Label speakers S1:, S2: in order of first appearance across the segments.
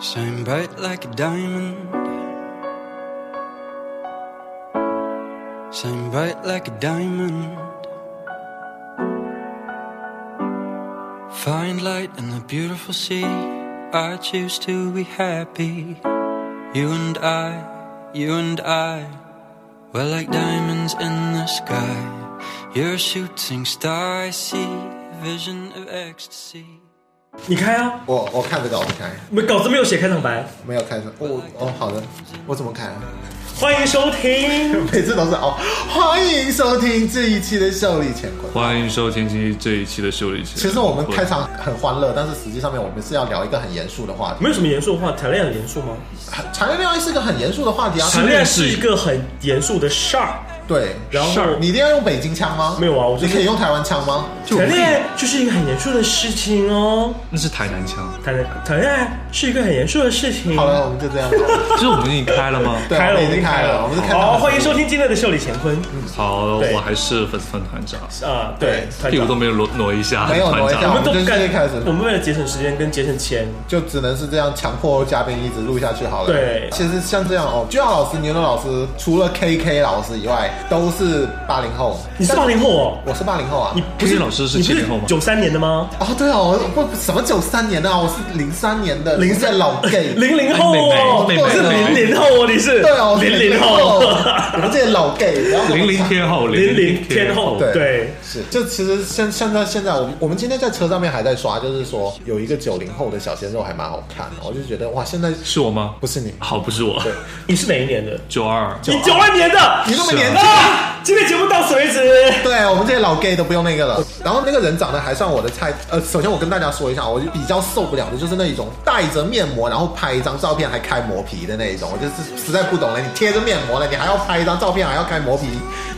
S1: shine bright like a diamond. Shine bright like a diamond. Find light in the beautiful sea. I choose to be happy. You and I, you and I, we're like diamonds in the sky. You're a shooting star, I see, vision of ecstasy.
S2: 你开啊，
S3: 我我看不到，我看
S2: 没稿子没有写开场白。
S3: 没有看上。哦哦，好的，我怎么看、啊？
S2: 欢迎收听，
S3: 每次都是哦，欢迎收听这一期的《秀丽乾坤》。
S4: 欢迎收听今这一期的修理期。
S3: 其实我们开场很欢乐，但是实际上面我们是要聊一个很严肃的话题。
S2: 没有什么严肃的话，谈恋爱很严肃吗？
S3: 谈恋爱是一个很严肃的话题啊，
S2: 谈恋爱是一个很严肃的事儿，
S3: 对。然后
S2: 然后
S3: 你一定要用北京腔吗？
S2: 没有啊我就是嗯
S3: 你可以用台湾腔吗？就
S2: 谈恋爱就是一个很严肃的事情哦。
S4: 那是台南腔。
S2: 谈恋谈恋爱是一个很严肃的事情。
S3: 好了，我们就这样吧。
S4: 其实我们已经开了吗？
S3: 对，
S2: 开了
S3: 我们已经开了，我们是开场
S2: 好，欢迎收听今天的秀里乾坤。
S4: 好，
S2: 对
S4: 我还是粉丝团团长，
S2: 啊，对，团
S4: 屁股
S2: 长
S4: 都没有挪挪一下，
S3: 没有
S4: 团
S3: 挪一下
S2: 我
S4: 长。
S2: 们都
S3: 我
S2: 不
S3: 们就
S2: 敢
S3: 直接开始
S2: 我们为了节省时间跟节省钱，
S3: 就只能是这样强迫嘉宾一直录下去好了。
S2: 对
S3: 其实像这样哦，居耀老师、牛牛老师，除了 KK 老师以外，都是八零后。
S2: 你是八零后哦，
S3: 我是八零后啊。
S2: 你不是
S4: K 老师是
S2: 你不
S4: 70后吗
S2: 九三年的吗？
S3: 哦，对哦，我我什么九三年的啊？我是零三年的，零三老 gay。
S2: 零零后
S3: 哎
S2: 哦，
S4: 妹妹妹妹
S2: 我是零零后哦，你是
S3: 对哦，
S2: 零零
S3: 后，
S2: 后。
S3: 我们这些老 gay。
S4: 零零天后，
S2: 零零
S4: 零
S2: 天后，
S3: 对
S2: 对，
S3: 是，就其实现现在现在，我们我们今天在车上面还在刷，就是说有一个九零后的小鲜肉还蛮好看的，我就觉得哇，现在
S4: 是我吗？
S3: 不是你，
S2: 啊
S4: 好，不是我，
S2: 你是哪一年的？
S4: 九二。
S2: 你九二年的。
S3: 你那么年轻。
S2: 啊！今天节目到此为止。
S3: 对我们这些老 gay 都不用那个了。然后那个人长得还算我的菜。呃，首先我跟大家说一下，我就比较受不了的就是那一种戴着面膜，然后拍一张照片还开磨皮的那一种，我就是 实在不懂了。你贴着面膜了，你还要拍一张照片，还要开磨皮，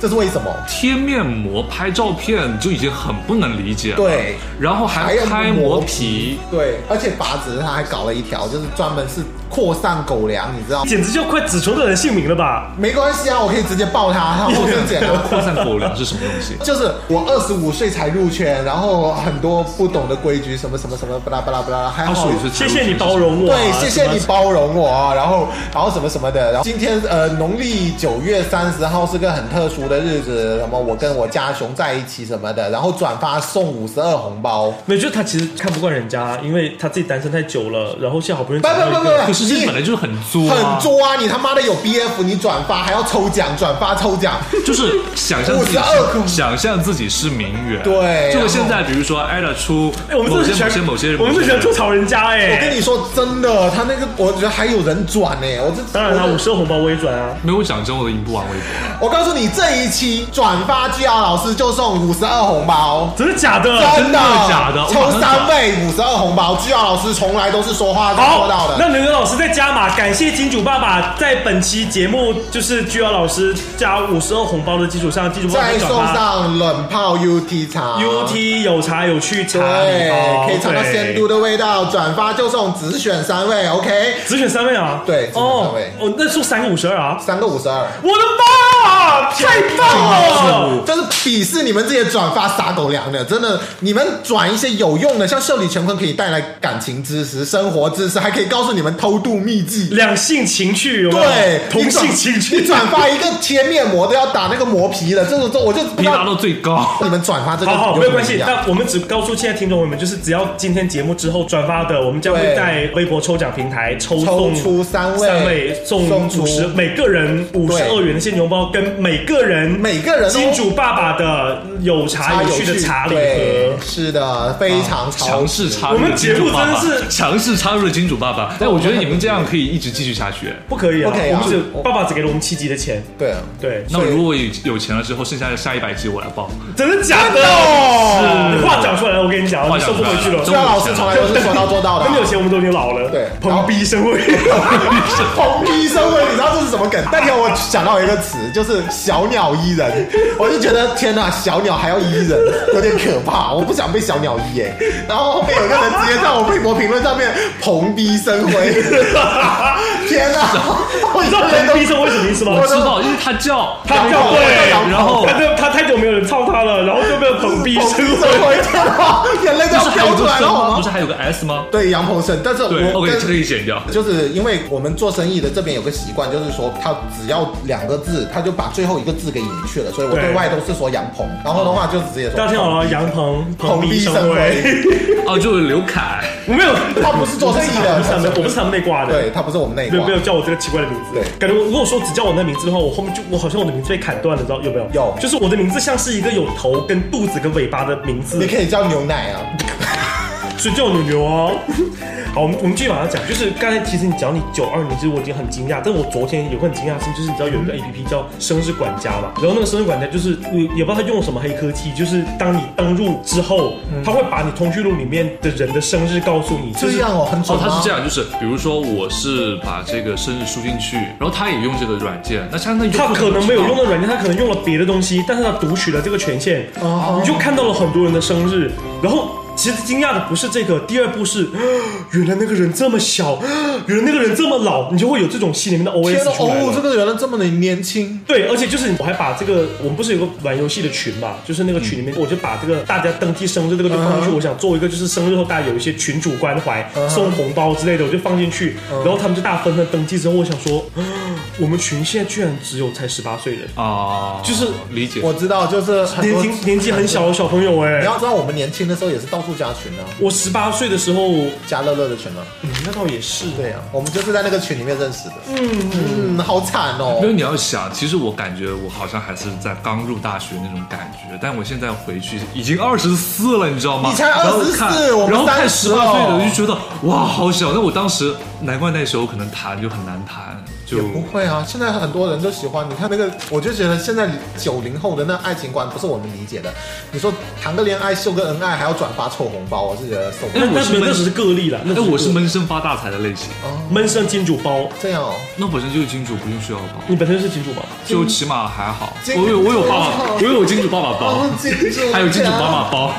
S3: 这是为什么？
S4: 贴面膜拍照片就已经很不能理解了，
S3: 对，
S4: 然后还要
S3: 还
S4: 开
S3: 要
S4: 磨
S3: 磨
S4: 皮，
S3: 对，而且拔子他还搞了一条，就是专门是扩散狗粮，你知道？
S2: 简直就快指出这人姓名了吧？
S3: 没关系啊，我可以直接爆他， 他后生剪啊。
S4: 扩散狗粮是什么东西？
S3: 就是 我二十五岁才入圈，然后很多不懂的规矩，什么什么什么，巴拉巴拉巴拉，还
S4: 他
S3: 好
S4: 属于是
S2: 谢谢你包容我啊，
S3: 对，谢谢你
S2: 什么。
S3: 包容我啊，然后然后什么什么的，然后今天呃农历九月三十号是个很特殊的日子，什么我跟我家熊在一起什么的，然后转发送五十二红包。
S2: 没有，就是他其实看不惯人家，因为他自己单身太久了，然后现在好不容易
S3: 不
S2: 找到一
S3: 不哎不
S2: 个
S3: 不，
S4: 可是这
S3: 你
S4: 本来就是很作、啊，
S3: 很作啊！你他妈的有 BF，你转发还要抽奖，转发抽 奖，
S4: 就是想象自己
S3: 52个
S4: 是想象自己是名媛，
S3: 对
S4: 就
S3: 然后
S4: 跟现在比如说艾 d 出
S2: 哎，我们
S4: 某
S2: 这
S4: 些
S2: 是喜
S4: 某
S2: 欢
S4: 些某些人，
S2: 我们这是喜欢
S4: 某
S2: 吐
S4: 些人
S2: 槽人家
S3: 我跟
S2: 哎。
S3: 你说真的，他那个我觉得还有人转呢、我这
S2: 当然啦，
S3: 我
S2: 五十红包我也转啊。
S4: 没有讲真，我都已经不玩微博了。
S3: 我告诉你，这一期转发 G R 老师就送五十二红包。
S2: 真的假的？
S3: 真
S4: 真的假的我马
S3: 抽三
S4: 上转
S3: 倍五十二红包，居耀老师从来都是说话就
S2: 好
S3: 说到的。
S2: 那刘刘老师再加码，感谢金主爸爸在本期节目就是居瑶老师加五十二红包的基础上，金主爸爸
S3: 再
S2: 再
S3: 送
S2: 转发
S3: 上冷泡 UT 茶
S2: UT 有茶有趣茶，哦
S3: 对，可以尝到鲜
S2: 鲜
S3: 度的味道。转发就送，只选三位，OK？
S2: 只选三位啊？
S3: 对只选
S2: 哦
S3: 三位
S2: 哦，那送三个五十二啊！
S3: 三个五十二，
S2: 我的妈呀，太棒了！
S3: 就是鄙视你们这些转发撒狗粮的，真的，你们转一些有用的，像秀里乾坤可以带来感情知识、生活知识，还可以告诉你们偷渡秘籍。
S2: 两性情趣有没有？
S3: 对，
S2: 同
S3: 你转
S2: 性情
S3: 你
S2: 趣。
S3: 转发一个贴面膜都要打那个磨皮的，这种这我就不
S4: 皮
S3: 知
S4: 达
S3: 道
S4: 到最高，
S3: 你们转发这 个
S2: 好好，
S3: 有
S2: 没
S3: 什
S2: 有
S3: 么
S2: 关
S3: 不一
S2: 系。
S3: 样
S2: 但我们只告诉现在听众朋友们，就是只要今天节目之后转发的，我们将会
S3: 对
S2: 在微博抽奖平台抽
S3: 抽
S2: 送
S3: 出三位
S2: 三位送
S3: 送出
S2: 五十，每个人五十
S3: 对
S2: 二元的现金红包，跟每个人
S3: 每个人哦
S2: 金主爸爸的有茶有趣的茶礼
S3: 对
S2: 盒。
S3: 是的，非常潮
S4: 强势插入
S2: 我们节目
S4: 金主爸爸
S2: 真的是
S4: 强势插入了金主爸爸。哎，我觉得你们这样可以一直继续下去。
S2: 不可以啊！
S3: 不可以啊
S2: 我们只爸爸只给了我们七级的钱，
S3: 对，
S2: 对，
S4: 那我如果有有钱了之后，剩下的下一百集我来报。
S2: 真的假的？
S3: 哦
S2: 是话讲出来了，我跟你讲，
S4: 话
S2: 你收
S4: 讲
S2: 不
S4: 出来
S2: 回
S4: 了
S2: 去了。
S3: 虽然老师从来都是说到做到的
S2: 真
S3: 啊
S2: 的，有钱我们都已经老了，
S3: 对
S2: 蓬荜生辉。
S3: 蓬荜生辉，你知道这是什什么梗，那天我想到一个词，就是“小鸟依人”，我就觉得天哪，小鸟还要依人，有点可怕，我不想被小鸟依哎。然后后面有个人直接在我微博评论上面蓬荜生辉， 天哪！我
S2: 你知道
S3: 这边
S2: 彭
S3: 都
S2: 医生为什么意思吗？
S4: 我知道，因为他叫
S2: 他叫
S3: 对
S2: 对，
S4: 然后
S2: 他就他太久没有人操他了，然后就被捧逼
S3: 蓬荜
S2: 生
S3: 生
S2: 活。
S3: 辉，天哪，眼泪都
S4: 不
S3: 要
S4: 是还有
S3: 飙
S4: 一
S3: 出
S4: 个
S3: 来了
S4: 声吗？
S2: 哦
S3: 好
S4: 不是
S3: 吗？
S4: 还有个 S 吗？
S3: 对杨鹏胜，但是
S4: 对
S3: 我
S4: ，OK，
S3: 跟
S4: 这个可以剪掉。
S3: 就是因为我们做生意的这边有个习惯，就是说他只要两个字，他就把最后一个字给隐去了，所以我
S2: 对
S3: 对外都是说杨鹏，然后的话就直接说
S2: 大家听好了，杨鹏捧
S3: 彭
S2: 逼
S3: 荜
S2: 生
S3: 生
S2: 辉，
S3: 辉，
S4: 哦，就是刘凯，
S2: 我没有，
S3: 他不是做生意
S2: 我
S3: 的，
S2: 不是他们，我不是他们内挂的。
S3: 对他不是我们那一
S2: 没有
S3: 挂
S2: 没，有叫我这个奇怪的名字，
S3: 对
S2: 感觉我如果说只叫我那名字的话，我后面就我好像我的名字被砍断了，知道有没有？
S3: 有
S2: 就是我的名字像是一个有头跟肚子跟尾巴的名字
S3: 你，可以叫牛奶啊，
S2: 所以叫牛牛啊。 好，我们我们继续往下讲，就是刚才其实你讲你九二年，其实我已经很惊讶，但我昨天有个很惊讶的事情，就是你知道有一个 A P P 叫生日管家嘛，然后那个生日管家就是我也不知道他用什么黑科技，就是当你登录之后，他会把你通讯录里面的人的生日告诉你，就
S3: 这
S2: 是
S3: 样哦，很
S4: 哦
S3: 准，
S4: 他
S3: 吗
S4: 是这？样，就是比如说我是把这个生日输进去，然后他也用这个软件，那相当于就
S2: 他
S4: 不
S2: 可能没有用
S4: 知
S2: 的软件，他可能用了别的东西，但是他读取了这个权限，
S3: 哦
S2: 你就看到了很多人的生日，然后。其实惊讶的不是这个，第二步是， 啊原来那个人这么小， 啊原来那个人这么老，你就会有这种心里面的
S3: 天
S2: OS
S3: 哪，
S2: 出来了。
S3: 哦，这个人这么的年轻，
S2: 对，而且就是我还把这个，我们不是有个玩游戏的群嘛，就是那个群里
S3: 嗯
S2: 面，我就把这个大家登记生日这个就放进去。
S3: 嗯哼
S2: 我想做一个，就是生日后大家有一些群主关怀、
S3: 嗯
S2: 送红包之类的，我就放进去。然后他们就大纷纷登记之后，我想说， 啊我们群现在居然只有才十八岁人。
S4: 道啊，
S2: 就是
S4: 理解。
S3: 我知道，就是很
S2: 年
S3: 多
S2: 纪年纪很小的小朋友哎、
S3: 你要知道我们年轻的时候也是到处加群啊，
S2: 我十八岁的时候，
S3: 加乐乐的群啊，
S2: 嗯，那倒也是，
S3: 对啊，我们就是在那个群里面认识的，嗯嗯，好惨哦
S4: 因，为你要想，其实我感觉我好像还是在刚入大学那种感觉，但我现在回去已经二十四了，你知道吗？
S3: 你才
S4: 然后
S3: 24
S4: 看
S3: 我们
S4: 然后看十
S3: 30
S4: 八岁
S3: 哦
S4: 的就觉得哇，好小。那我当时难怪那时候可能谈就很难谈，就
S3: 也不会啊，现在很多人都喜欢。你看那个，我就觉得现在九零后的那爱情观不是我们理解的。你说谈个恋爱、秀个恩爱，还要转发凑红包，我是觉得受不
S2: 那
S3: 了。
S4: 哎
S2: 那
S4: 我是闷
S2: 那只是个哦例了，那
S4: 哎，我是
S2: 闷
S4: 闷声发大财的类型，
S2: 闷声金主包，
S3: 这样哦，
S4: 那本身就是金主，不用需要包，
S2: 你本身是金主包，
S4: 就起码还好。
S3: 金
S4: 我有我有爸爸
S3: 哦，
S4: 我有金主爸爸包
S3: 哦，金主，
S4: 还有金主妈妈包。
S3: 啊，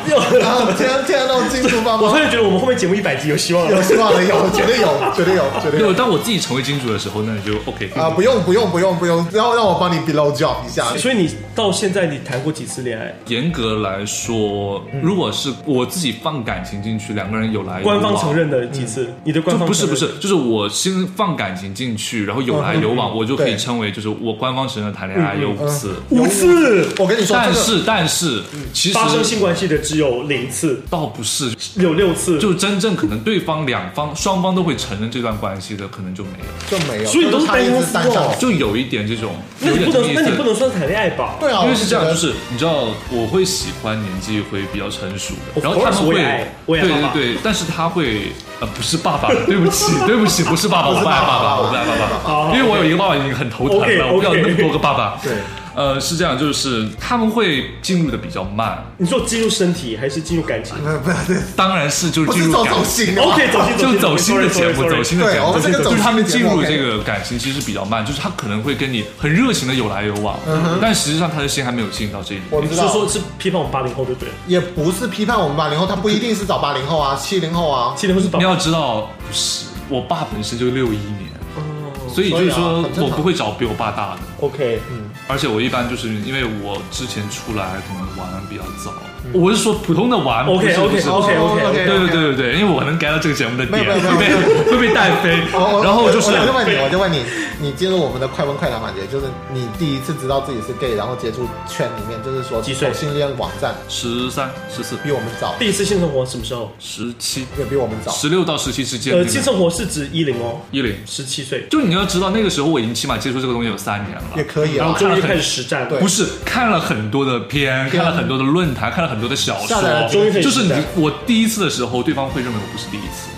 S3: 天啊天啊，那种金主爸
S4: 哦
S2: 我突
S3: 妈
S2: 然觉得我们后面节目一百集有希望
S3: 有
S2: 了。
S3: 希望的，有绝对有，绝对有，绝对
S4: 没有，
S3: 有。
S4: 当我自己成为金主的时候，那你就 OK
S3: 啊，不用不用不用不用，然后让我帮你 below job 一
S4: 啊
S3: 下。
S2: 所以你到现在你谈过几次恋爱？
S4: 严格来说，如果是我自己放感情进去，两个人有来有
S2: 官方
S4: 往
S2: 承。认的几次？你的官
S4: 就
S2: 方
S4: 不是
S2: 承
S4: 嗯不
S2: 认
S4: 是，就是我先放感情进去，然后有来有往，我就可以
S3: 对
S4: 称为就是我官方承认谈恋爱有五次。
S2: 五次，
S3: 我跟你说，
S4: 但
S3: 这个
S4: 是但是，其实
S2: 嗯发生性关系的只有零次，
S4: 倒不是，
S2: 有六次，
S4: 就真正可能对方两方双方都会承认这段关系的，可能就没有，
S3: 就没有，
S2: 所以你都是
S3: 他一直
S2: 单
S3: 单
S2: 身
S3: 上
S2: 哦
S4: 就有一点这种，
S2: 那
S4: 有一
S2: 你
S4: 点
S2: 不
S4: 这个意
S2: 能那
S4: 思
S2: 你不能算谈恋爱吧？
S3: 对啊，
S4: 因为是这样，
S3: 我
S4: 就
S3: 觉得
S4: 是你知道，我会喜欢年纪会比较成熟的，然后他
S2: course，
S4: 们
S2: 我
S4: 会
S2: 也爱，我也
S4: 对
S2: 爱爸爸
S4: 对对，但是他会，呃，不是爸爸， 对不起，对不起，不是爸爸，我
S3: 不是
S4: 不爱
S3: 爸爸
S4: 爸爸，我不爱爸爸，因为我有一个爸爸已经很头疼
S2: OK，OK
S4: 了，我不要那么多个爸爸。
S3: 对，
S4: 呃，是这样，就是他们会进入的比较慢，
S2: 你说进入身体还是进入感情
S3: 不是
S4: 当然是就是
S3: 不
S4: 进
S3: 是
S4: 入
S3: 走
S4: 感
S3: 走心的吗
S2: ？OK，走心
S4: 啊就
S2: 心
S4: 走心的节
S2: sorry，sorry，
S4: 目，
S2: sorry，
S4: 走心的节
S3: 对我
S4: 目，
S3: 们这个
S4: 就是他们进入
S3: 走心的节
S4: 这
S3: 目
S4: 个感情其实比较慢，就是他可能会跟你很热情的有来有往，但实际上他的心还没有吸引到这一
S3: 我
S4: 点。
S3: 们
S2: 你
S3: 知
S2: 是
S3: 道。
S2: 说是批判我们八零后对不对？
S3: 也不是批判我们八零后，他不一定是找八零后啊，七零后啊，
S2: 七零后是八
S4: 你要知道，不是我爸本身就六一年，所以就
S3: 所以
S4: 是
S3: 啊
S4: 说
S3: 很正常
S4: 我不会找比我爸大的，
S2: OK，
S3: 嗯
S4: 而且我一般就是因为我之前出来可能玩比较早，
S3: 嗯
S4: 我是说普通的玩
S2: OK，
S4: 不是
S2: OK，
S4: 不是
S2: OK，
S4: 对对对对对，因为我能 get 到这个节目的点，
S3: 没有没有
S4: 会
S3: 没有
S4: 被会被带飞
S3: 我，我
S4: 然后就是
S3: 哦我就问你，我就问你，你进入我们的快问快答环节，就是你第一次知道自己是 gay，然后接触圈里面，就是说
S2: 几岁
S3: 同性恋网站
S4: 十三、十四、
S3: 比我们早，
S2: 第一次性生活什么时候？
S4: 十七、
S3: 也比我们早。
S4: 十六到十七之间，
S2: 哦呃，性生活是指一零哦，
S4: 一零。
S2: 十七岁，
S4: 就你要知道，那个时候我已经起码接触这个东西有三年了，
S3: 也可以
S2: 然
S3: 啊
S2: 后，终于开始实战，
S3: 对
S4: 不是看了很多的片，看了很多的论坛，看了很多的小
S3: 下载了
S4: 说，
S2: 终于可以
S4: 就是
S2: 实
S4: 你
S2: 战
S4: 我第一次的时候，对方会认为我不是第一次。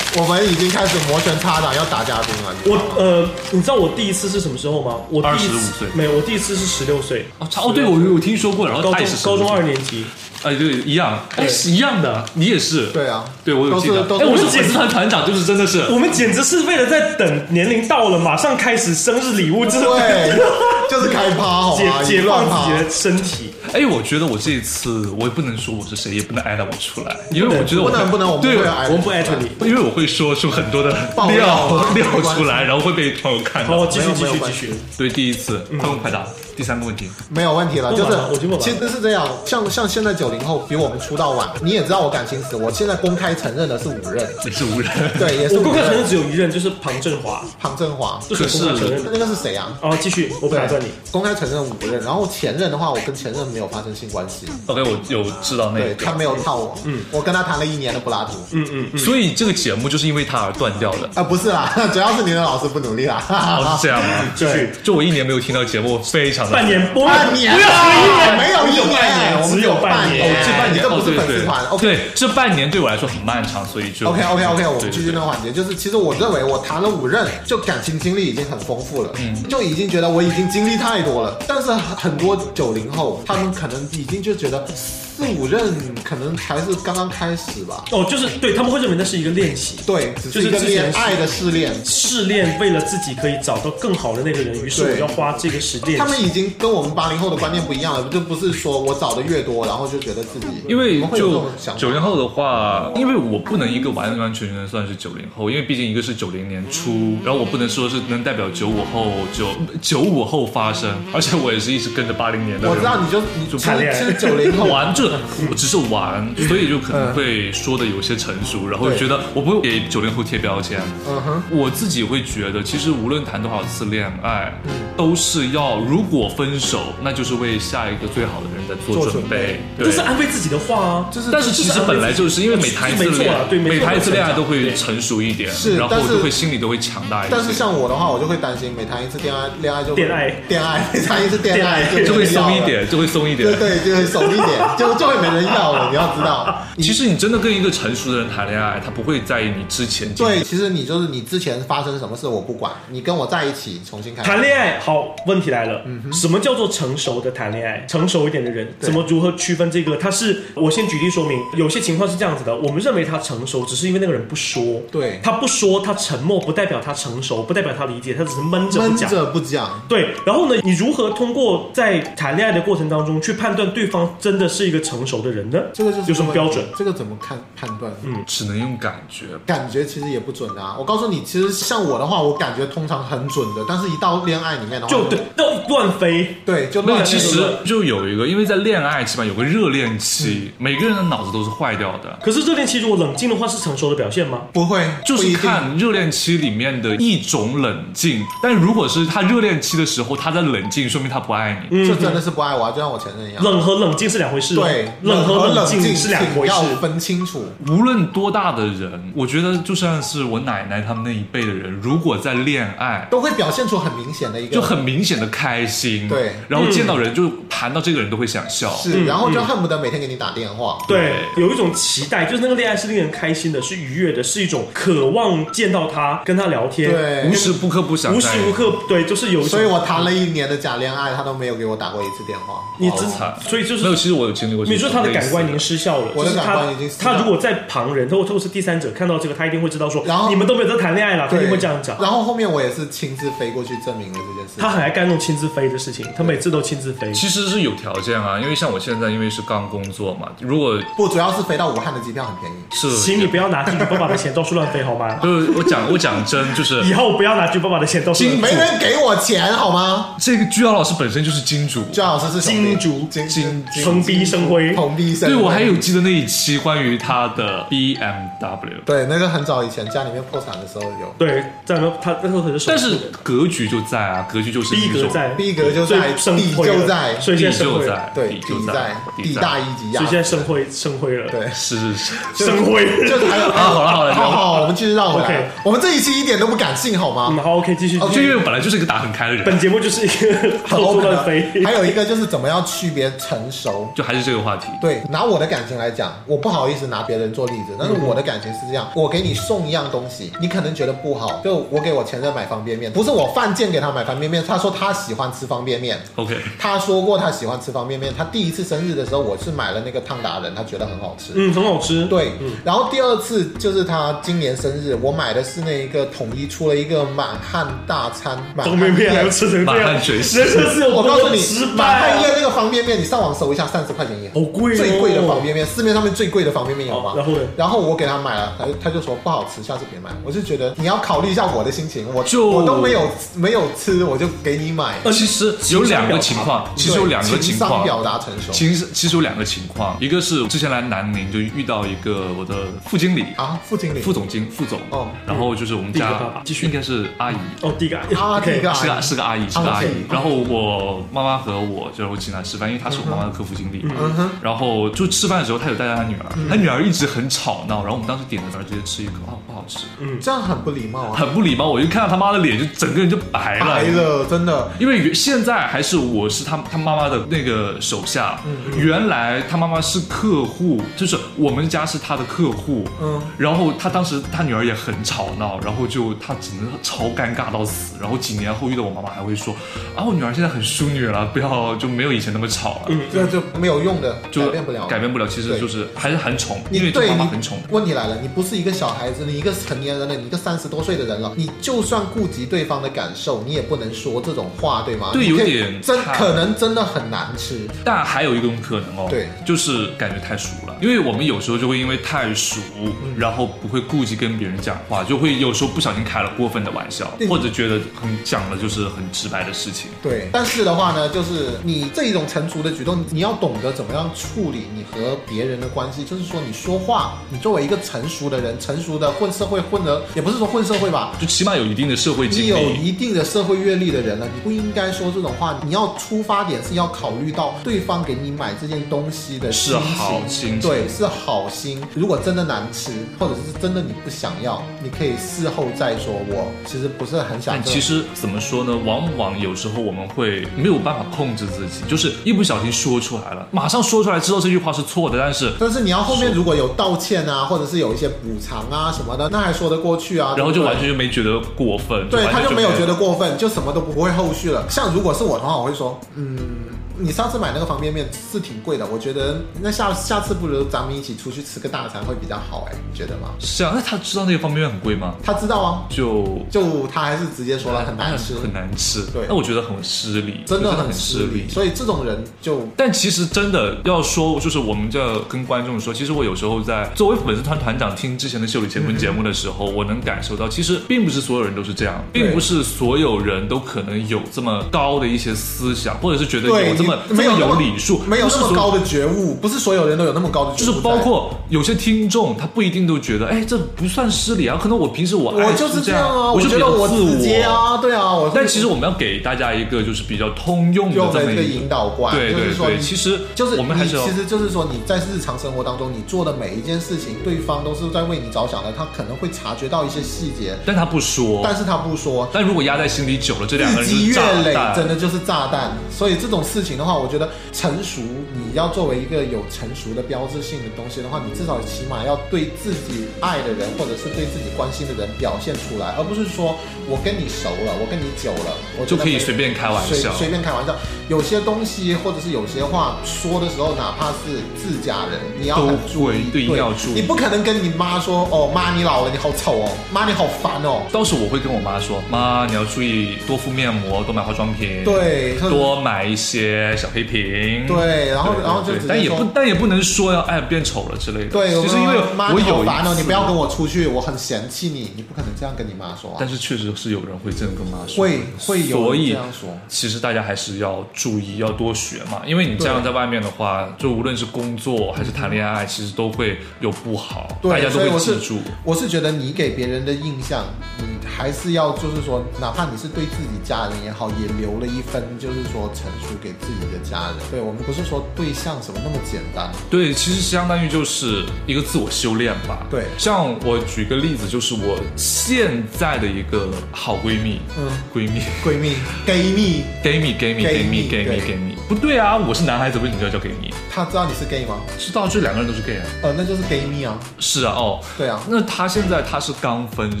S3: 我们已经开始摩拳擦掌要打嘉宾了。
S2: 我呃，你知道我第一次是什么时候吗？我第一次
S4: 25岁
S2: 没有，我第一次是十六岁，
S4: 哦哦，差哦，对我有听说过，然后
S2: 高
S4: 他也
S2: 中
S4: 是
S2: 高中
S4: 16
S2: 二年级，
S4: 哎，对，一样，哎，是一样的，你也是，
S3: 对啊，
S4: 对我有
S3: 都
S4: 记
S3: 是
S4: 得，
S3: 都是
S4: 哎，我是粉丝团团长，就是真的是，
S2: 我们简直是为了在等年龄到了马上开始生日礼物，这是
S3: 对， 就是开趴好
S2: 解
S3: 吗？
S2: 解
S3: 乱
S2: 放
S3: 趴
S2: 自己的身体。
S4: 哎，我觉得我这一次我也不能说我是谁，也不能挨到我出来，因为我觉得我
S3: 不能不能我们
S4: 对
S3: 不会挨
S2: 我们不艾特你，
S4: 因为我会说出很多的
S3: 爆料
S4: 料
S3: 啊
S4: 料
S3: 没关系
S4: 出来，然后会被朋友看
S2: 好，
S4: 到
S2: 我。继
S3: 没
S2: 续
S3: 有
S2: 继
S3: 哎没有
S2: 续继
S3: 关系
S2: 续。
S4: 对，第一次，
S3: 嗯
S4: 快问快答。第三个问题，
S3: 没有问题了，
S2: 不
S3: 就
S2: 晚了我已经不晚
S3: 是
S2: 了
S3: 其实是这样，像像现在九零后比我们出道晚，你也知道我感情史，我现在公开承认的是五任，
S4: 你是无人，
S3: 对，也是
S2: 我
S3: 五
S2: 公开承
S3: 任
S2: 认只有一任，就是庞振华，
S3: 庞振华，
S2: 这是我公开承认的。
S3: 那个是谁啊？
S2: 哦，继续，我不打断你。
S3: 公开承认五任，然后前任的话，我跟前任没有发生性关系，
S4: OK，我嗯有知道那
S3: 对
S4: 个。
S3: 他没有套我，嗯，我跟他谈了一年的柏拉图，
S2: 嗯嗯嗯，
S4: 所以这个节目就是因为他而断掉的。
S3: 啊，不是啦， 主要是你的老师不努力啦，哈哈
S4: 哦，
S3: 哈
S4: 是这样吗？
S2: 继续。
S4: 就我一年没有听到节目，我非常的
S2: 半年播
S3: 半年，
S2: 不要
S3: 啊没有一年，我们
S2: 只有半年只
S3: 有
S2: 有半年
S3: 半
S4: 这半年
S3: 这不
S4: 哦，
S3: 是
S4: 对
S3: 粉丝
S4: 对
S3: 团，OK
S4: 对，这半年对我来说很漫长，所以就
S3: OK OK OK，我们继续
S4: 对
S3: 那个环节，就是其实我认为我谈了五任，就感情经历已经很丰富了，就已经觉得我已经经历太多了。但是很多九零后，他们可能已经就觉得四五任可能才是刚刚开始吧，
S2: 哦，就是对他们会认为那是一个练习，
S3: 对，只
S2: 就是
S3: 是一个
S2: 之前
S3: 恋爱的试炼。
S2: 试炼，为了自己可以找到更好的那个人，于是我
S3: 对
S2: 要花这个时间
S3: 他。们已经跟我们八零后的观念不一样了，就不是说我找的越多，然后就觉得自己
S4: 因
S3: 我
S4: 为
S3: 们会有这
S4: 就
S3: 种想法
S4: 九零后的话，因为我不能一个完完全全的算是九零后，因为毕竟一个是九零年初，然后我不能说是能代表九五后九九五后发声，而且我也是一直跟着八零年的人。
S3: 我知道你就你
S4: 就
S3: 其
S2: 谈恋
S3: 实
S2: 爱
S3: 其实九 零后
S4: 玩就是我只是玩，所以就可能会说的有些成熟，然后
S3: 对
S4: 觉得我不会给九零后贴标签。
S3: 嗯哼，
S4: 我自己会觉得，其实无论谈多少次恋爱，都是要如果分手，那就是为下一个最好的人在做
S3: 做
S4: 准
S3: 准
S4: 备。
S2: 这
S4: 对
S2: 是。安慰自己的话啊，就是
S4: 但是其实本来就是因为每谈一次
S2: 没错
S4: 恋
S2: 啊
S4: 爱，
S2: 对没错
S4: 每谈一次恋爱
S2: 没错
S4: 都会
S2: 对
S4: 成熟一点，
S3: 是
S4: 然后
S3: 但是
S4: 都会心里都会强大一些。
S3: 但是像我的话，我就会担心每谈一次恋爱，恋爱就
S2: 恋爱
S3: 恋爱 每谈一次恋爱
S2: 恋爱
S3: 就
S4: 就会
S3: 没人要
S4: 松一
S3: 了，
S4: 点，就会松一点
S3: 对。对，就会松 一点，就就会没人要了。你要知道，你
S4: 其实你真的跟一个成熟的人谈恋爱，他不会在意你之前经历
S3: 对，其实你就是你之前发生什么事我不管，你跟我在一起重新开始
S2: 谈恋爱好，问题来
S3: 嗯
S2: 了，什么叫做成熟的谈恋爱？成熟一点的人，怎么如何区分这个？他是我先举例说明，有些情况是这样子的，我们认为他成熟，只是因为那个人不说，
S3: 对
S2: 他不说，他沉默，不代表他成熟，不代表他理解，他只是闷着不
S3: 闷
S2: 讲。
S3: 着不讲，
S2: 对，然后呢？你如何通过在谈恋爱的过程当中去判断对方真的是一个成熟的人呢？
S3: 这个就是
S2: 有什么标准？？
S3: 这个怎么看判断？
S4: 只能用感觉。
S3: 感觉其实也不准啊。我告诉你，其实像我的话，我感觉通常很准的，但是一到恋爱里面的话，
S2: 就对，要乱飞。
S3: 对，就
S4: 没有，
S3: 乱
S4: 其实
S3: 那个
S4: 就有一个，因为在恋爱起码有个热恋
S2: 嗯
S4: 期，每个人的脑子都是坏掉的，
S2: 可是热恋期如果冷静的话，是成熟的表现吗？
S3: 不会，
S4: 就
S3: 不一
S4: 是
S3: 定
S4: 看热恋期里面的一种冷静。但如果是他热恋期的时候他在冷静，说明他不爱
S2: 嗯
S4: 你。
S3: 这真的是不爱我啊，就像我前任一样。
S2: 冷和冷静是两回事哦，
S3: 对，
S2: 冷和冷静是两
S3: 请
S2: 回事
S3: 要。分清楚。
S4: 无论多大的人，我觉得就算是我奶奶他们那一辈的人，如果在恋爱，
S3: 都会表现出很明显的一个，
S4: 就很明显的开心，
S3: 对
S4: 然后见到人就谈到这个人都会想笑，
S2: 嗯
S3: 是，然后就恨不得每天给你打电话。
S2: 对，有一种期待，就是那个恋爱是令人开心的，是愉悦的，是一种渴望见到他，跟他聊天，，
S3: 对
S4: 无，时不刻不想
S2: 嗯无时
S4: 在一起
S2: 无刻对，就是有一种。
S3: 所以我谈了一年的假恋爱，他都没有给我打过一次电话。
S2: 你
S4: 好
S2: 真
S4: 惨，
S2: 所以就是
S4: 没有，其实我有经历过这
S2: 你
S4: 种类
S2: 说
S4: 似，
S2: 他的感官已经失效了，
S3: 我的
S2: 就是
S3: 感官已经
S2: 他
S3: 失效
S2: 他如果在旁人，或者是第三者看到这个，他一定会知道说，
S3: 然后
S2: 你们都没有在谈恋爱了，他
S3: 对
S2: 一定会这样讲。
S3: 然后后面我也是亲自飞过去证明了这件事。
S2: 他很爱干那种亲自飞的事情，他每次都亲自飞。
S4: 其实是有条件啊，因为像我现在因为是刚工作嘛，如果
S3: 不，主要是飞到武汉的机票很便宜。
S4: 是
S2: 请你不要拿自己爸爸的钱到处乱 飞好吗？
S4: 就是我讲我讲真，就是
S2: 以后 不要拿自己爸爸的钱到处乱
S3: 没
S2: 飞。
S3: 人给我钱好吗？
S4: 这个居瑶老师本身就是金主。
S3: 朱老师是兄弟
S2: 金主
S3: 金
S4: 金
S2: 蓬荜生辉
S3: 蓬荜生辉。
S4: 对，我还有记得那一期关于他的 BMW，
S3: 对那个很早以前家里面破产的时候有，
S2: 对，这样他那时候很熟，
S4: 但是格局就在啊，格局就是
S2: 逼
S4: 那
S2: 格
S4: 种，
S2: 在，
S3: 逼格就
S2: 所以
S3: 在，
S2: 生
S3: 地
S2: 灰了
S3: 就在，
S2: 所以
S4: 底
S2: 现在生
S4: 就
S2: 灰了，
S4: 在，
S3: 对，
S4: 底就
S3: 地在，地大一级压
S2: 所以
S3: 死。
S2: 现在生灰生灰了，
S3: 对
S4: 是是是，
S2: 生 灰了。
S3: 就是还有
S4: 啊好了好了
S3: 好好，我们继续绕回来。
S2: OK
S3: 我们这一期一点都不感性，好吗？
S2: 嗯，好，OK，继续。
S4: 就因为我本来就是一个打很开的人，
S2: 本节目就是一个
S3: 很
S2: 到处
S3: open
S2: 乱
S3: 的
S2: 飞。
S3: 还有一个就是怎么样区别成熟。
S4: 就还是这个话题。
S3: 对，拿我的感情来讲，我不好意思拿别人做例子，但是
S2: 嗯
S3: 我的感情是这样：我给你送一样东西，你可能觉得不好，就我给我前任买方便面，不是我犯贱给他买方便面，他说他喜欢吃方便面，
S4: OK，
S3: 他说过他喜欢吃方便面，他第一次生日的时候，我是买了那个烫达人，他觉得很好吃。
S2: 嗯，很好吃。
S3: 对，然后第二次就是他今年生日，我买的是那一个统一出了一个满汉大餐，满
S2: 方
S3: 汉
S2: 便面还要吃成这
S4: 满
S2: 样，
S4: 汉
S2: 人
S4: 全席
S2: 生是有
S3: 我告诉
S2: 多
S3: 你
S2: 失，
S3: 满
S2: 败
S3: 汉
S2: 啊
S3: 宴！那个方便面，你上网搜一下，三十块钱一
S2: 好
S3: 盒，
S4: 哎
S2: 贵哦，
S3: 最贵的方便面，市面上面最贵的方便面有吗
S2: 好？
S4: 哦
S2: 然后呢
S3: 然后我给他买了，他就他就说不好吃，下次别买。我就觉得你要考虑一下我的心情，我
S4: 就
S3: 我都没有没有吃，我就给你买。
S4: 呃，其实有两个情况，其实有两个
S3: 对
S4: 情
S3: 情商
S4: 况，啊
S3: 表达成熟
S4: 其实其实有两个情况，一个是之前来南宁就遇到一个我的副经理、
S3: 啊，副经理，
S4: 副总经、副总，
S3: 哦
S4: 然后就是我们
S2: 第一个爸爸
S4: 家
S2: 继续
S4: 应该是阿姨。
S2: 哦，第一个
S3: 啊，这个
S4: 是
S3: 啊
S4: 个是个阿姨，是个阿姨
S3: OK。
S4: 然后我妈妈和我就我请她吃饭，因为她是我妈妈的客服经理。
S3: 嗯哼，
S4: 然后就吃饭的时候，她有带着她女儿，她女儿一直很吵闹，然后我们当时点了，然后直接吃一口，啊不好吃，
S3: 这样很不礼貌啊，
S4: 很不礼貌。我就看到她妈的脸，就整个人就白了，
S3: 白了，真的。
S4: 因为原现在还是我是他他妈妈的那个手下，
S3: 嗯
S4: 原来他妈妈是客户，就是我们家是他的客户，嗯，然后他当时他女儿也很吵闹，然后就他只能超尴尬到死，然后几年后遇到我妈妈还会说，啊我女儿现在很淑女了，不要就没有以前那么吵了，
S3: 这就没有用的，
S4: 就
S3: 嗯改变不了，
S4: 改变不了，其实
S3: 对
S4: 就是还是很宠，因
S3: 你
S4: 为这
S3: 对
S4: 妈妈
S3: 你
S4: 很宠。
S3: 问题来了，你不是一个小孩子，你一个成年人了，你一个三十多岁的人了，你就算顾及对方的感受，你也不能说这种话，对吗？
S4: 对
S3: 你可以
S4: 有点
S3: 真
S4: 太
S3: 可能真的很难吃。
S4: 但还有一种可能哦，
S3: 对
S4: 就是感觉太熟了，因为我们有时候就会因为太熟，
S3: 嗯
S4: 然后不会顾及跟别人讲话，就会有时候不小心开了过分的玩笑，
S3: 对
S4: 或者觉得很讲了就是很直白的事情。
S3: 对，但是的话呢，就是你这种成熟的举动，你要懂得怎么样处理你和别人的关系。就是说，你说话，你作为一个成熟的人，成熟的混社会混的，也不是说混社会吧，
S4: 就起码有一定的社会经
S3: 你有
S4: 历，
S3: 一定的社会阅历的人了，你不应该说这种话。你要出发点是要考虑到对方给你买这件东西的
S4: 是
S3: 心
S4: 好心情
S3: 情，对，是好心。如果真的难吃，或者是真的你不想要，你可以事后再说。我其实不是很想
S4: 但
S3: 这种。
S4: 其实怎么说呢？往往有时候我们会没有办法控制自己，就是一不小心说出来了，马上说出来知道这句话是错的，但是
S3: 但是你要后面如果有道歉啊，或者是有一些补偿啊什么的，那还说得过去啊。
S4: 然后
S3: 对
S4: 就
S3: 不对
S4: 完全就没觉得过分，
S3: 对，
S4: 完
S3: 他
S4: 全
S3: 就没有觉
S4: 得。
S3: 得过分，就什么都不会后续了。像如果是我的话，我会说，嗯，你上次买那个方便面是挺贵的，我觉得那下下次不如咱们一起出去吃个大餐会比较好，哎，你觉得吗？
S4: 是啊，那他知道那个方便面很贵吗？
S3: 他知道啊，
S4: 就
S3: 就他还是直接说了很难吃，
S4: 很难吃。
S3: 对
S4: 那我觉得很失礼，
S3: 真
S4: 我
S3: 的
S4: 觉得
S3: 很
S4: 很
S3: 失礼。
S4: 礼。
S3: 所以这种人就
S4: 但其实真的要说，就是我们这跟观众说，其实我有时候在作为粉丝团团长听之前的秀里乾
S3: 嗯
S4: 坤节目的时候，我能感受到，其实并不是所有人都是这样，
S3: 对
S4: 并不是所有人都可能有这么高的一些思想，或者是觉得
S3: 对
S4: 有这么
S3: 你没
S4: 这
S3: 有
S4: 么
S3: 那
S4: 有
S3: 么
S4: 礼数，
S3: 没有那
S4: 不
S3: 么
S4: 是所
S3: 高的觉悟，不是所有人都有那么高的觉
S4: 就
S3: 悟在，
S4: 是包括有些听众，他不一定都觉得，哎，这不算失礼啊。可能我平时我爱
S3: 我就是这
S4: 这
S3: 样啊，
S4: 哎我就
S3: 觉得
S4: 比较
S3: 我
S4: 自
S3: 直接啊，对啊，我
S4: 但其实我们要给大家一个就是比较通用的
S3: 用
S4: 这
S3: 了
S4: 么
S3: 一
S4: 一
S3: 个引导观，
S4: 对
S3: 就是
S4: 对
S3: 说
S4: 对，
S3: 你
S4: 其实
S3: 就是
S4: 我们还
S3: 你
S4: 是要
S3: 其实就是说你在日常生活当中你做的每一件事情，对方都是在为你着想的，他可能会察觉到一些细节，
S4: 但他不说，
S3: 但是他不说。
S4: 但如果压在心里久了，这两个
S3: 日
S4: 人
S3: 积
S4: 就是
S3: 月
S4: 炸
S3: 累，真
S4: 弹。
S3: 的就是炸弹。所以这种事情的话，我觉得成熟，你要作为一个有成熟的标志性的东西的话，你至少起码要对自己爱的人或者是对自己关心的人表现出来，而不是说我跟你熟了，我跟你久了，我觉
S4: 就
S3: 得
S4: 可以
S3: 没
S4: 随便开玩
S3: 随
S4: 笑
S3: 随便开玩笑。有些东西或者是有些话说的时候，哪怕是自家人，你要很
S4: 都
S3: 注
S4: 会
S3: 意，
S4: 对一定要注意
S3: 你不可能跟你妈说：“哦，妈，你老了，你好丑哦，妈，你好烦哦。
S4: 到时我会跟我妈说，妈，你要注意多敷面膜，多买化妆品，”，
S3: 对，特
S4: 多买一些小黑瓶，
S3: 对，然后
S4: 对，
S3: 然后就
S4: 对
S3: 直接
S4: 但也
S3: 说
S4: 不但也不能说要哎变丑了之类的。
S3: 对，
S4: 其实因为
S3: 妈
S4: 我
S3: 你好
S4: 有
S3: 烦哦，
S4: 一
S3: 你
S4: 次
S3: 不要跟我出去，我很嫌弃你，你不可能这样跟你妈说啊。
S4: 但是确实是有人会这样跟妈说，
S3: 会会有人
S4: 所以
S3: 这样说
S4: 其实大家还是要注意，要多学嘛，因为你这样在外面的话，就无论是工作还是谈恋爱，其实都会有不好，大
S3: 对，
S4: 家都
S3: 所以
S4: 会
S3: 我是
S4: 记住。
S3: 我是觉得你给别人的印象，你还是要就是说，哪怕你是对自己家人也好，也留了一分，就是说陈述给自己的家人。对我们不是说对象什么那么简单，
S4: 对，其实相当于就是一个自我修炼吧。
S3: 对
S4: 像我举个例子，就是我现在的一个好闺蜜，
S3: 嗯，
S4: 闺蜜。
S3: 闺蜜、gay 蜜，
S4: gay 蜜 gay 蜜 gay 蜜 gay 蜜
S3: 对
S4: gay 蜜，不对啊！我是男孩子，为什么要叫 gay 蜜？
S3: 他知道你是 gay 吗？
S4: 知道这两个人都是 gay 啊？
S3: 呃，那就是 gay 蜜啊。
S4: 是啊，哦，
S3: 对啊，
S4: 那他现在他是刚分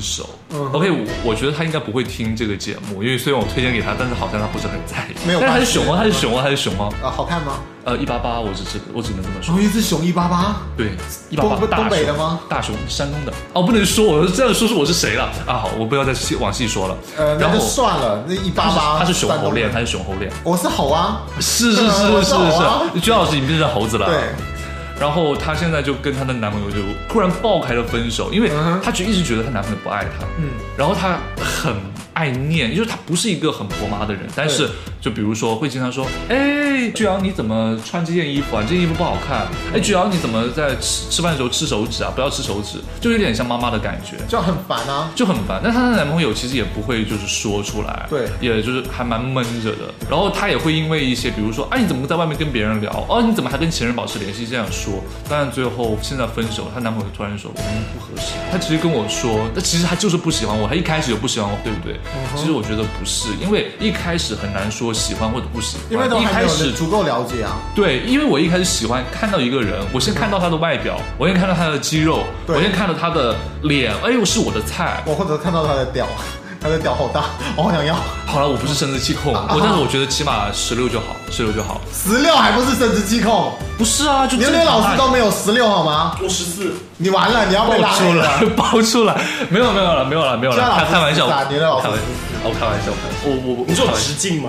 S4: 手，
S3: 嗯
S4: OK，我我觉得他应该不会听这个节目，因为虽然我推荐给他，但是好像他不是很在意。
S3: 没有
S4: 但是
S3: 关
S4: 他是
S3: 系
S4: 熊猫，他是熊猫，他是熊猫。
S3: 啊，好看吗？
S4: 呃，一八八，我只是我只能这么说
S3: 同。一只熊一八八，
S4: 对，一八
S3: 哦
S4: 八
S3: 东
S4: 大
S3: 东北的
S4: 熊
S3: 吗
S4: 大熊，山东的。哦，不能说，我这样说出我是谁了啊！好，我不要再细往细说了。
S3: 呃，
S4: 然
S3: 那
S4: 后
S3: 就算了，那一八
S4: 他是
S3: 八
S4: 他是熊
S3: 算
S4: 猴
S3: 东北
S4: 恋，他是熊猴恋。
S3: 我是猴啊，
S4: 是是
S3: 对啊
S4: 是
S3: 我
S4: 是
S3: 知道 啊
S4: 是，鞠老师已经变成猴子了。啊
S3: 对。
S4: 然后她现在就跟她的男朋友就突然爆开了分手，因为
S3: 嗯哼
S4: 她就一直觉得她男朋友不爱她。嗯。然后她很爱念，就是她不是一个很婆妈的人，但是就比如说会经常说，哎，菊瑶你怎么穿这件衣服啊？这件衣服不好看。哎，菊瑶你怎么在吃吃饭的时候吃手指啊？不要吃手指，就有点像妈妈的感觉。
S3: 就很烦啊。
S4: 就很烦。但她的男朋友其实也不会就是说出来，
S3: 对
S4: 也就是还蛮闷着的。然后她也会因为一些，比如说，哎、你怎么在外面跟别人聊？哦，你怎么还跟前任保持联系？这样说，但最后现在分手，她男朋友突然说我们不合适。她直接跟我说，那其实她就是不喜欢我，她一开始就不喜欢我，对不对？
S3: 嗯
S4: 其实我觉得不是，因为一开始很难说喜欢或者不喜欢，
S3: 因为都
S4: 一
S3: 还没
S4: 开
S3: 有
S4: 始
S3: 人足够了解啊，
S4: 对，因为我一开始喜欢看到一个人，我先看到他的外表，我先看到他的肌肉，
S3: 对
S4: 我先看到他的脸，哎呦是我的菜，
S3: 我或者看到他的屌， 他的屌好大， 我好想要。
S4: 好了，我不是生殖器控，
S3: 啊
S4: 我但是我觉得起码十六就好，十六就好。
S3: 十六还不是生殖器控，
S4: 不是啊，就
S3: 连
S4: 正
S3: 连
S4: 常
S3: 老
S4: 啊
S3: 师都没有十六好吗？
S2: 我十四，
S3: 你完了，你要被拉
S4: 爆出
S3: 黑
S4: 来
S3: 了。，
S4: 爆出来，没有没有了，没有了，没有
S3: 现在
S4: 了，
S3: 老
S4: 开
S3: 师
S4: 开玩笑，
S3: 是啊
S4: 我
S3: 你的老师
S4: 开玩
S3: 是
S4: 我开玩笑，我我我，
S2: 你说有
S4: 我开玩
S2: 直径吗？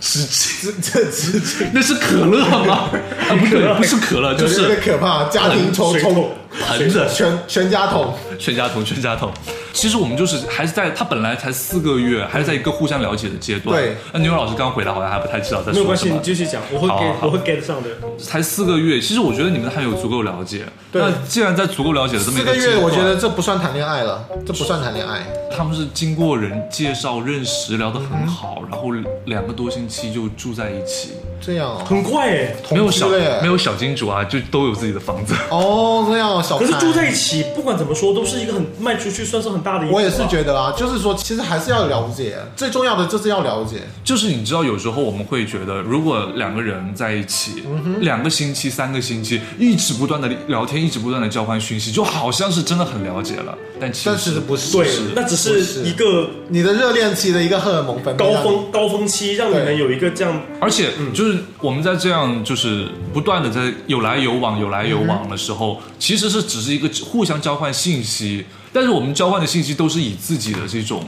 S4: 十几，
S3: 这这这这
S4: 那是可乐 吗？啊，不对，不是可乐，就
S3: 有点
S4: 是
S3: 可怕，家庭冲
S2: 水
S3: 冲
S2: 桶，
S4: 盆子。
S3: 全全家桶。
S4: 全家桶，全家桶。其实我们就是还是在他本来才四个月，还是在一个互相了解的阶段。
S3: 对
S4: 那牛老师刚回来好像还不太知道在
S2: 没有
S4: 说
S2: 关
S4: 什
S2: 系，你
S4: 么。
S2: 继续讲，我会
S4: 好
S2: get，
S4: 好
S2: 我会 get 上的。
S4: 才四个月，其实我觉得你们还有足够了解。
S3: 对
S4: 那既然在足够了解的这么
S3: 四
S4: 一个
S3: 个
S4: 阶
S3: 月，
S4: 段
S3: 我觉得这不算谈恋爱了，这不算谈恋爱。
S4: 他们是经过人介绍认识，聊得很
S3: 嗯
S4: 好，然后两个多星期就住在一起，
S3: 这样哦，
S2: 很快哎，
S4: 没有小
S3: 同居了耶
S4: 没有小金主啊，就都有自己的房 子。
S3: 哦，这样哦，小
S2: 可是
S3: 潘
S2: 住在一起，不管怎么说，都是一个很卖出去，算是很大的一步吧。
S3: 我也是觉得啊，就是说，其实还是要了解，最重要的就是要了解。
S4: 就是你知道，有时候我们会觉得，如果两个人在一起、
S3: 嗯
S4: 两个星期、三个星期，一直不断的聊天，一直不断的交换讯息，就好像是真的很了解了，但其
S3: 但其
S4: 实
S3: 实不是，
S2: 对
S4: 是，
S2: 那只
S3: 不
S2: 是
S3: 是
S2: 一个
S3: 你的热恋期的一个荷尔蒙分泌
S2: 高
S3: 让你
S2: 峰高峰期，让你们
S3: 对
S2: 有一个这样
S4: 而且就是我们在这样就是不断的在有来有往、有来有往的时候，其实是只是一个互相交换信息，但是我们交换的信息都是以自己的这种。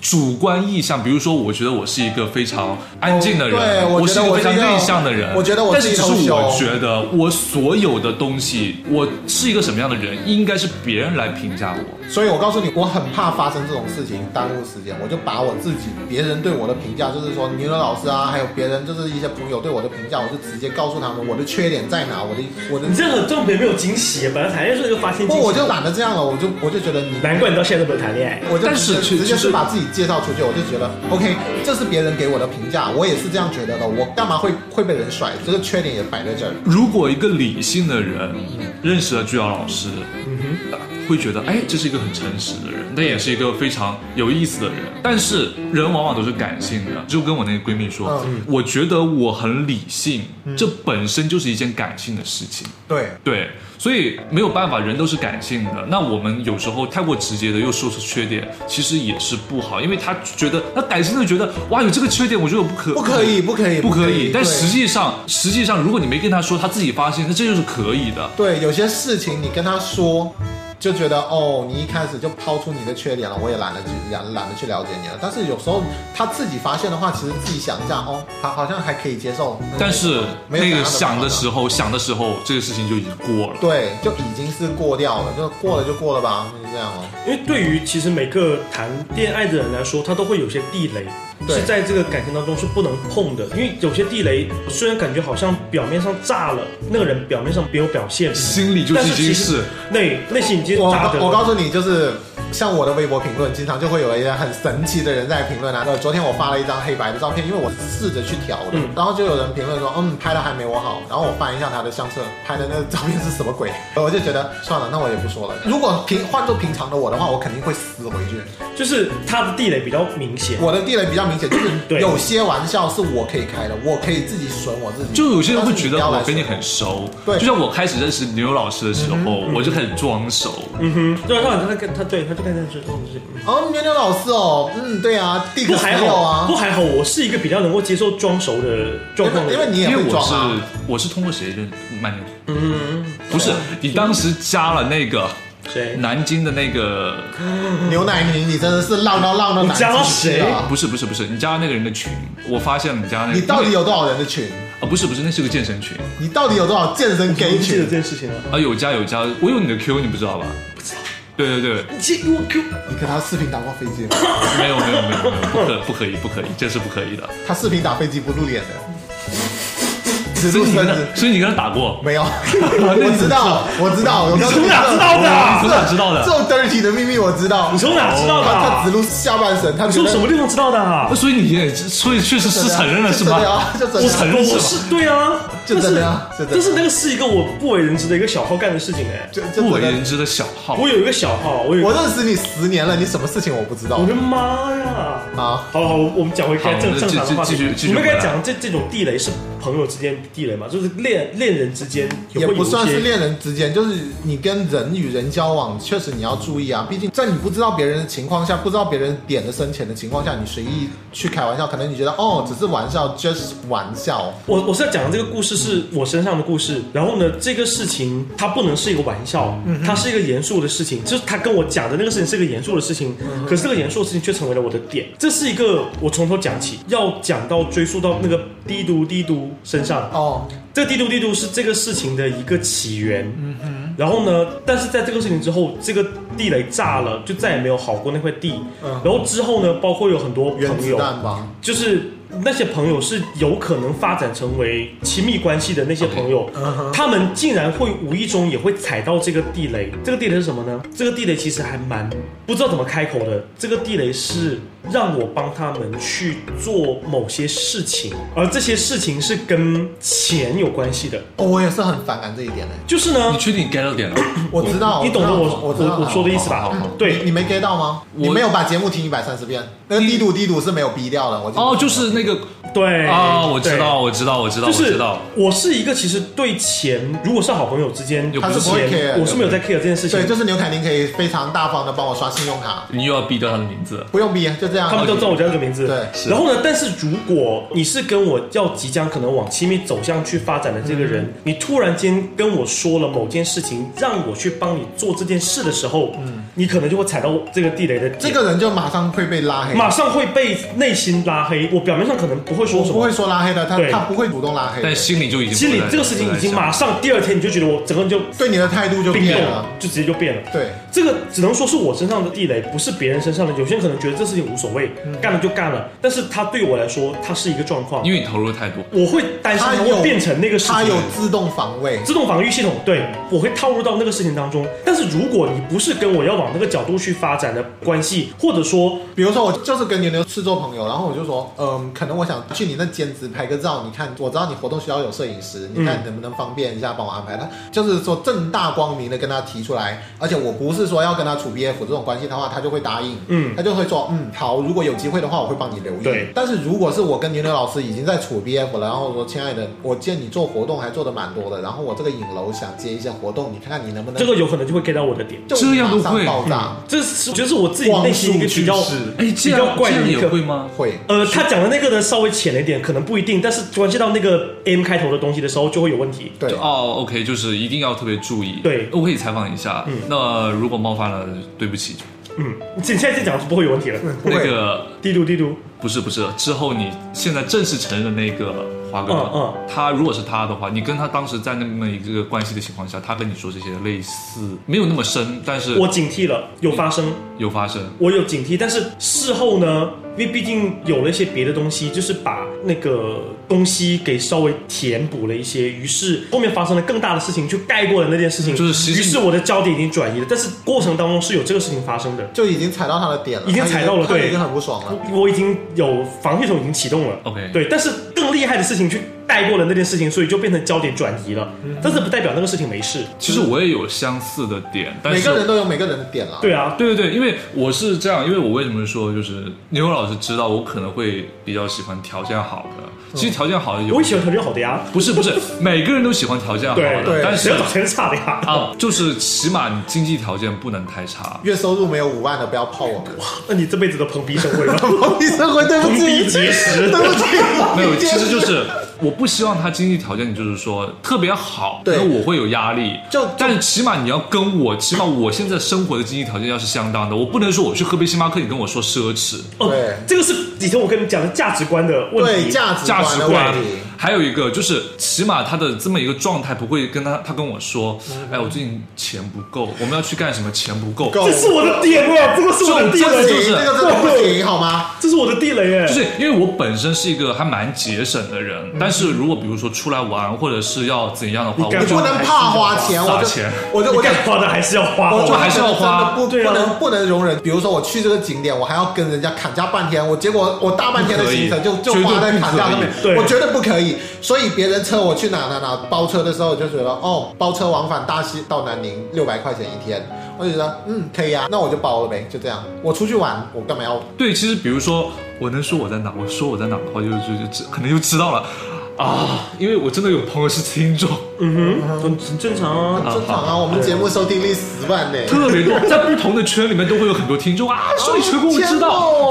S4: 主观意向，比如说，我觉得我是一个非常安静的人，
S3: 哦对我
S4: 是
S3: 觉得
S4: 一个
S3: 我
S4: 非常
S3: 是一个
S4: 内向的人，
S3: 我觉得我
S4: 但
S3: 是
S4: 是
S3: 一
S4: 只
S3: 头
S4: 是我
S3: 熊
S4: 觉得我所有的东西，我是一个什么样的人，应该是别人来评价我。
S3: 所以我告诉你，我很怕发生这种事情，耽误时间，我就把我自己别人对我的评价，就是说尼伦老师啊，还有别人就是一些朋友对我的评价，我就直接告诉他们我的缺点在哪，我的我的
S2: 你，这样很这样也没有惊喜，本来谈恋爱就是一个发现
S3: 不
S2: 惊喜。
S3: 我就懒得这样了，我就我就觉得你，
S2: 难怪你到现在都没有谈恋爱。
S3: 我就
S4: 但是
S3: 直
S4: 其
S3: 接直接
S4: 其实
S3: 是把自己介绍出去，我就觉得 OK，这是别人给我的评价，我也是这样觉得的，我干嘛会会被人甩？这个缺点也摆在这儿。
S4: 如果一个理性的人认识了居瑶老师，
S3: 嗯
S4: 呃会觉得哎，这是一个很诚实的人，但也是一个非常有意思的人。但是人往往都是感性的，就跟我那个闺蜜说，
S3: 嗯
S4: 我觉得我很理性，这本身就是一件感性的事情。
S3: 对，
S4: 对，所以没有办法，人都是感性的。那我们有时候太过直接的又说出缺点，其实也是不好，因为他觉得他感性的觉得哇有这个缺点，我觉得我不可
S3: 不可以，不可以，
S4: 不可以。但
S3: 对
S4: 实际上，实际上如果你没跟他说，他自己发现，那这就是可以的。
S3: 对，有些事情你跟他说，就觉得哦，你一开始就抛出你的缺点了，我也懒得去懒懒得去了解你了。但是有时候他自己发现的话，其实自己想一下，哦，他好像还可以接受。嗯
S4: 但是
S3: 没有
S4: 那个
S3: 想
S4: 想
S3: 到
S4: 的
S3: 的
S4: 时候，想的时候，这个事情就已经过了。
S3: 对，就已经是过掉了，就过了就过了吧，就是这样哦。
S2: 因为对于其实每个谈恋爱的人来说，他都会有些地雷，
S3: 对
S2: 是在这个感情当中是不能碰的。因为有些地雷虽然感觉好像表面上炸了，那个人表面上没有表现，
S4: 心里就
S2: 但
S4: 已
S2: 是
S4: 经
S2: 其
S4: 是
S2: 实内内心已经
S3: 我
S2: 炸的
S3: 告
S2: 了。
S3: 我告诉你，就是像我的微博评论，经常就会有一些很神奇的人在评论啊。呃，昨天我发了一张黑白的照片，因为我试着去调的，
S2: 嗯
S3: 然后就有人评论说，嗯，拍的还没我好。然后我翻一下他的相册，拍的那个照片是什么鬼？呃我就觉得算了，那我也不说了。如果平换做平常的我的话，我肯定会撕回去。
S2: 就是他的地雷比较明显。
S3: 我的地雷比较明显，就
S2: 对
S3: 是有些玩笑是我可以开的，我可以自己损我自己。
S4: 就有些人会
S3: 但是
S4: 觉
S3: 不
S4: 得
S3: 要
S4: 我
S3: 来
S4: 跟你
S3: 损
S4: 很熟，
S3: 对嗯
S4: 就像我开始认识牛老师的时候，我就开始装熟，
S2: 嗯哼，对啊，他他他对他对对对对对，嗯
S3: 哦，牛牛老师哦，嗯，对啊，第一
S2: 不
S3: 个
S2: 还
S3: 没有
S2: 好，
S3: 啊
S2: 不，还好，我是一个比较能够接受装熟的状况的
S3: 因为
S2: 人，
S3: 你也
S4: 因为
S3: 会
S4: 我
S3: 装
S4: 是
S3: 啊，
S4: 我是通过谁认慢牛？
S2: 嗯，
S4: 不是你当时加了那个
S2: 谁？
S4: 南京的那个，
S3: 牛奶泥，你真的是浪到浪到
S2: 你
S3: 难
S2: 加到谁
S3: 啊？
S4: 不是不是不是，你加了那个人的群，我发现了你加那个，
S3: 你到底
S4: 因为
S3: 有多少人的群？
S4: 啊？不是不是，那是个健身群
S3: 你到底有多少健身 gay
S2: 你记得这
S3: 群？
S2: 件事情啊？
S4: 啊，有加有加，我有你的 Q，你不知道吧？不知道。对对对，
S2: 你记得我 Q，
S3: 你跟他视频打过飞机吗？
S4: 没有没有没有没有，不可不可以不可以，这是不可以的。
S3: 他视频打飞机不露脸的，只
S4: 所
S3: 露
S4: 以你
S3: 身
S4: 跟
S3: 子
S4: 他，。所以你跟他打 过，
S3: 没有，我知道，我知道，我告诉
S2: 从哪知道的啊
S4: 你从哪知道的
S3: 这种 dirty 的秘密我知道。
S2: 你从哪知道的
S3: 他他
S2: 啊？
S3: 只露下半身，他
S2: 你
S3: 觉
S2: 从
S3: 得
S2: 什么地方知道的啊
S4: 啊？所以你也所以确实是承认了是吗？
S3: 对啊，就真
S4: 我
S3: 的
S4: 承
S3: 啊。
S4: 认
S2: 我
S4: 是吗？
S2: 是对啊，
S3: 就
S2: 但
S3: 真
S2: 是
S3: 的啊就真的
S2: 但是那个是一个我不为人知的一个小号干的事情哎。
S3: 就就
S4: 不为
S3: 真
S4: 人
S3: 的
S4: 知的小号
S2: 我，有一个小号，我有一
S3: 我
S2: 个，
S3: 认识你十年了，你什么事情我不知道
S2: 我的妈呀！
S3: 啊？
S2: 好了好了，我们讲回
S4: 好
S2: 该正
S4: 那
S2: 正
S4: 继
S2: 常的话题。
S4: 继继继续
S2: 我们
S4: 回
S2: 刚
S4: 来
S2: 才讲这这种地雷是朋友之间地雷嘛，就是恋恋人之间也
S3: 也
S2: 会有
S3: 不
S2: 一
S3: 算是
S2: 些。
S3: 恋人之间，就是你跟人与人交往，确实你要注意啊。毕竟在你不知道别人的情况下，不知道别人点的深浅的情况下，你随意去开玩笑，可能你觉得
S2: 嗯
S3: 哦，只是玩笑，just 玩笑。
S2: 我我是要讲的这个故事
S3: 嗯
S2: 是我身上的故事，然后呢，这个事情它不能是一个玩笑，
S3: 嗯
S2: 它是一个严肃的事情。就是他跟我讲的那个事情是个严肃的事情，
S3: 嗯
S2: 可是这个严肃的事情却成为了我的点。这是一个我从头讲起，要讲到追溯到那个滴嘟滴嘟身上。
S3: 哦，
S2: 这个滴嘟滴嘟是这个事情的一个起源。
S3: 嗯
S2: 然后呢，但是在这个事情之后，这个地雷炸了，就再也没有好过那块地。
S3: 嗯
S2: 然后之后呢，包括有很多
S3: 原
S2: 朋
S3: 子
S2: 友，
S3: 弹吧。
S2: 就是那些朋友是有可能发展成为亲密关系的那些朋友他们竟然会无意中也会踩到这个地雷。这个地雷是什么呢？这个地雷其实还蛮不知道怎么开口的。这个地雷是让我帮他们去做某些事情，而这些事情是跟钱有关系的。
S3: 哦，我也是很反感这一点的。
S2: 就是呢
S4: 你，确定你 get 到点了？
S3: 我知道，
S2: 你懂得
S3: 我
S2: 我
S3: 知道哦
S2: 我说的意思吧？
S4: 好好好好
S2: 对
S3: 你，你没 get 到吗？
S4: 我
S3: 你没有把节目听一百三十遍，那个低度低度是没有逼掉的。我记得
S4: 哦，就是那个
S2: 对
S4: 啊，我知
S2: 对
S4: 道，我知道，我知道，
S2: 就
S4: 我
S2: 是
S4: 知道。
S2: 我是一个其实对钱，如果是好朋友之间，
S4: 有
S3: 他是不会 care
S2: 钱
S3: 的
S2: 我是没有在 care 这件事情
S3: 对，。就是牛凯宁可以非常大方的帮我刷信用卡，
S4: 你又要逼掉他的名字，
S3: 不用逼，就这样。
S2: 他们都知道我叫这个名字。
S3: 对
S4: 是
S2: 然后呢？但是如果你是跟我要即将可能往亲密走向去发展的这个人，
S3: 嗯
S2: 你突然间跟我说了某件事情，让我去帮你做这件事的时候，你可能就会踩到这个地雷的点
S3: 嗯这个人就马上会被拉黑，
S2: 马上会被内心拉黑。我表面上可能不会说
S3: 我
S2: 什
S3: 不
S2: 么
S3: 会，说拉黑的，他
S2: 对
S3: 他不会主动拉黑的，
S4: 但心里就已经
S2: 心里
S4: 不在
S2: 这个事情已经
S4: 不在想
S2: 马上第二天你就觉得我整个人就
S3: 对你的态度就
S2: 病
S3: 变
S2: 了
S3: 了。，
S2: 就直接就变了。
S3: 对，
S2: 这个只能说是我身上的地雷，不是别人身上的。有些人可能觉得这事情无所谓，
S3: 嗯
S2: 干了就干了，但是他对我来说，他是一个状况
S4: 因。为你投入太多。
S2: 我会担心
S3: 他
S2: 它
S3: 有
S2: 会变成那个事
S3: 他
S2: 情
S3: 有。自动防卫。
S2: 自动防御系统，对我会套入到那个事情当中。但是如果你不是跟我要往那个角度去发展的关系，或者说
S3: 比如说，我就是跟牛牛是做朋友，然后我就说，嗯，可能我想去你那兼职拍个照，你看，我知道你活动需要有摄影师，你
S2: 嗯
S3: 看能不能方便一下帮我安排？他就是说正大光明的跟他提出来，而且我不是说要跟他处 BF 这种关系的话，他就会答应，
S2: 嗯
S3: 他就会说，嗯，好，如果有机会的话，我会帮你留意。
S2: 对
S3: 但是如果是我跟牛牛老师已经在处 BF 了，然后我说，亲爱的，我见你做活动还做的蛮多的，然后我这个影楼想接一些活动，你看看你能不能
S2: 这个有可能就会 get 到我的点，
S3: 就
S4: 这样都
S3: 马上
S4: 会
S3: 爆炸。
S2: 这是我觉得是我自己内心一个比较
S3: 光速趋势
S4: 哎，
S2: 比
S4: 这样
S2: 较怪
S4: 这
S2: 的
S4: 样
S2: 一
S4: 也
S2: 个
S4: 会吗？
S3: 会，
S2: 呃，他讲的那个呢稍微浅了一点，可能不一定，但是关系到那个 M 开头的东西的时候就会有问题。
S3: 对
S4: 就，哦，OK，就是一定要特别注意。
S2: 啊对
S4: 我可以采访一下。
S2: 嗯
S4: 那如果冒犯了，对不起。
S2: 嗯，你现在再讲就不会有问题了。
S3: 嗯不
S4: 那
S3: 会
S4: 个
S2: 滴嘟滴嘟，
S4: 不是不是，之后你现在正式承认的那个华哥，
S2: 嗯嗯
S4: 他如果是他的话，你跟他当时在那么一个关系的情况下，他跟你说这些类似，没有那么深，但是
S2: 我警惕了，有发生。
S4: 有发生。
S2: 我有警惕，但是事后呢，因为毕竟有了一些别的东西，就是把那个东西给稍微填补了一些，于是后面发生了更大的事情，去盖过了那件事情。
S4: 就是其实
S2: 于是我的焦点已经转移了，但是过程当中是有这个事情发生的，
S3: 就已经踩到他的点了，
S2: 已经踩到了
S3: 他已经他
S2: 对
S3: 已经很不爽了。
S2: 我我已经有防御系统已经启动了。
S4: OK
S2: 对，但是更厉害的事情去带过了那件事情，所以就变成焦点转移了。但是不代表那个事情没事。
S4: 其实我也有相似的点，但
S3: 每
S4: 是
S3: 个人都有每个人的点啦。
S2: 对啊，
S4: 对对对，因为我是这样，因为我为什么说就是牛老师知道我可能会比较喜欢条件好的，其实条件好的有，
S2: 我也喜欢条件好的呀，
S4: 不是 不是，每个人都喜欢条件好
S2: 对
S4: 的，但
S2: 谁
S4: 是
S2: 要找条件差的呀？
S4: 啊，就是起码你经济条件不能太 差。
S3: 月收入没有五万的不要泡我们。
S2: 那你这辈子都蓬荜生辉吧，
S3: 不好意思，我对 不
S2: 蓬荜
S3: 起，
S2: 结实
S3: 对。不起，
S4: 没有，其实就是我不希望他经济条件就是说特别好，
S3: 对
S4: 那我会有压力。
S3: 就就
S4: 但是起码你要跟我，起码我现在生活的经济条件要是相当的，我不能说我去喝杯星巴克，你跟我说奢侈。
S2: 哦
S3: 对，
S2: 这个是以前我跟你讲的价值观的问
S3: 对
S2: 题。
S3: 价值
S4: 价值
S3: 观的
S4: 观
S3: 问题，，
S4: 还有一个就是，起码他的这么一个状态不会跟他，他跟我说，
S3: 嗯
S4: 哎，我最近钱不够，我们要去干什么？钱不够，
S3: 够
S2: 这是我的点啊，这个是我的地
S4: 这
S3: 不
S4: 这
S2: 雷，
S3: 行，这个真的不行，好吗？
S2: 这是我的地雷 耶。
S4: 就是因为我本身是一个还蛮节省的人，但是如果比如说出来玩或者是要怎样的话，
S2: 你干
S4: 我
S3: 你
S4: 就
S3: 不能怕花钱，我
S4: 撒
S3: 就
S4: 钱
S3: 我就
S2: 你
S3: 我就
S2: 该花的还是要花，
S3: 我
S2: 好
S3: 哦就
S2: 吧
S4: 哦还是要花
S3: 真的不
S2: 对啊
S3: 不能不能容忍。比如说我去这个景点，我还要跟人家砍价半天，我结果我大半天的行程就
S4: 不可
S3: 就
S4: 以绝对
S3: 花在砍价上面
S4: 不，
S2: 可以对
S3: 我绝对不可以。所以别人车我去哪哪哪包车的时候，我就觉得哦，包车往返大西到南宁六百块钱一天，我就觉得嗯可以啊，那我就包了呗，就这样。我出去玩，我干嘛要？
S4: 对，其实比如说我能说我在哪，我说我在哪的话，就就就知可能就知道了啊，因为我真的有朋友是听众，
S2: 嗯哼，很很正常啊。
S3: 正常啊，我们节目收听率十万呢。
S4: 特别多，在不同的圈里面都会有很多听众啊，说你全国我知
S3: 天
S4: 道，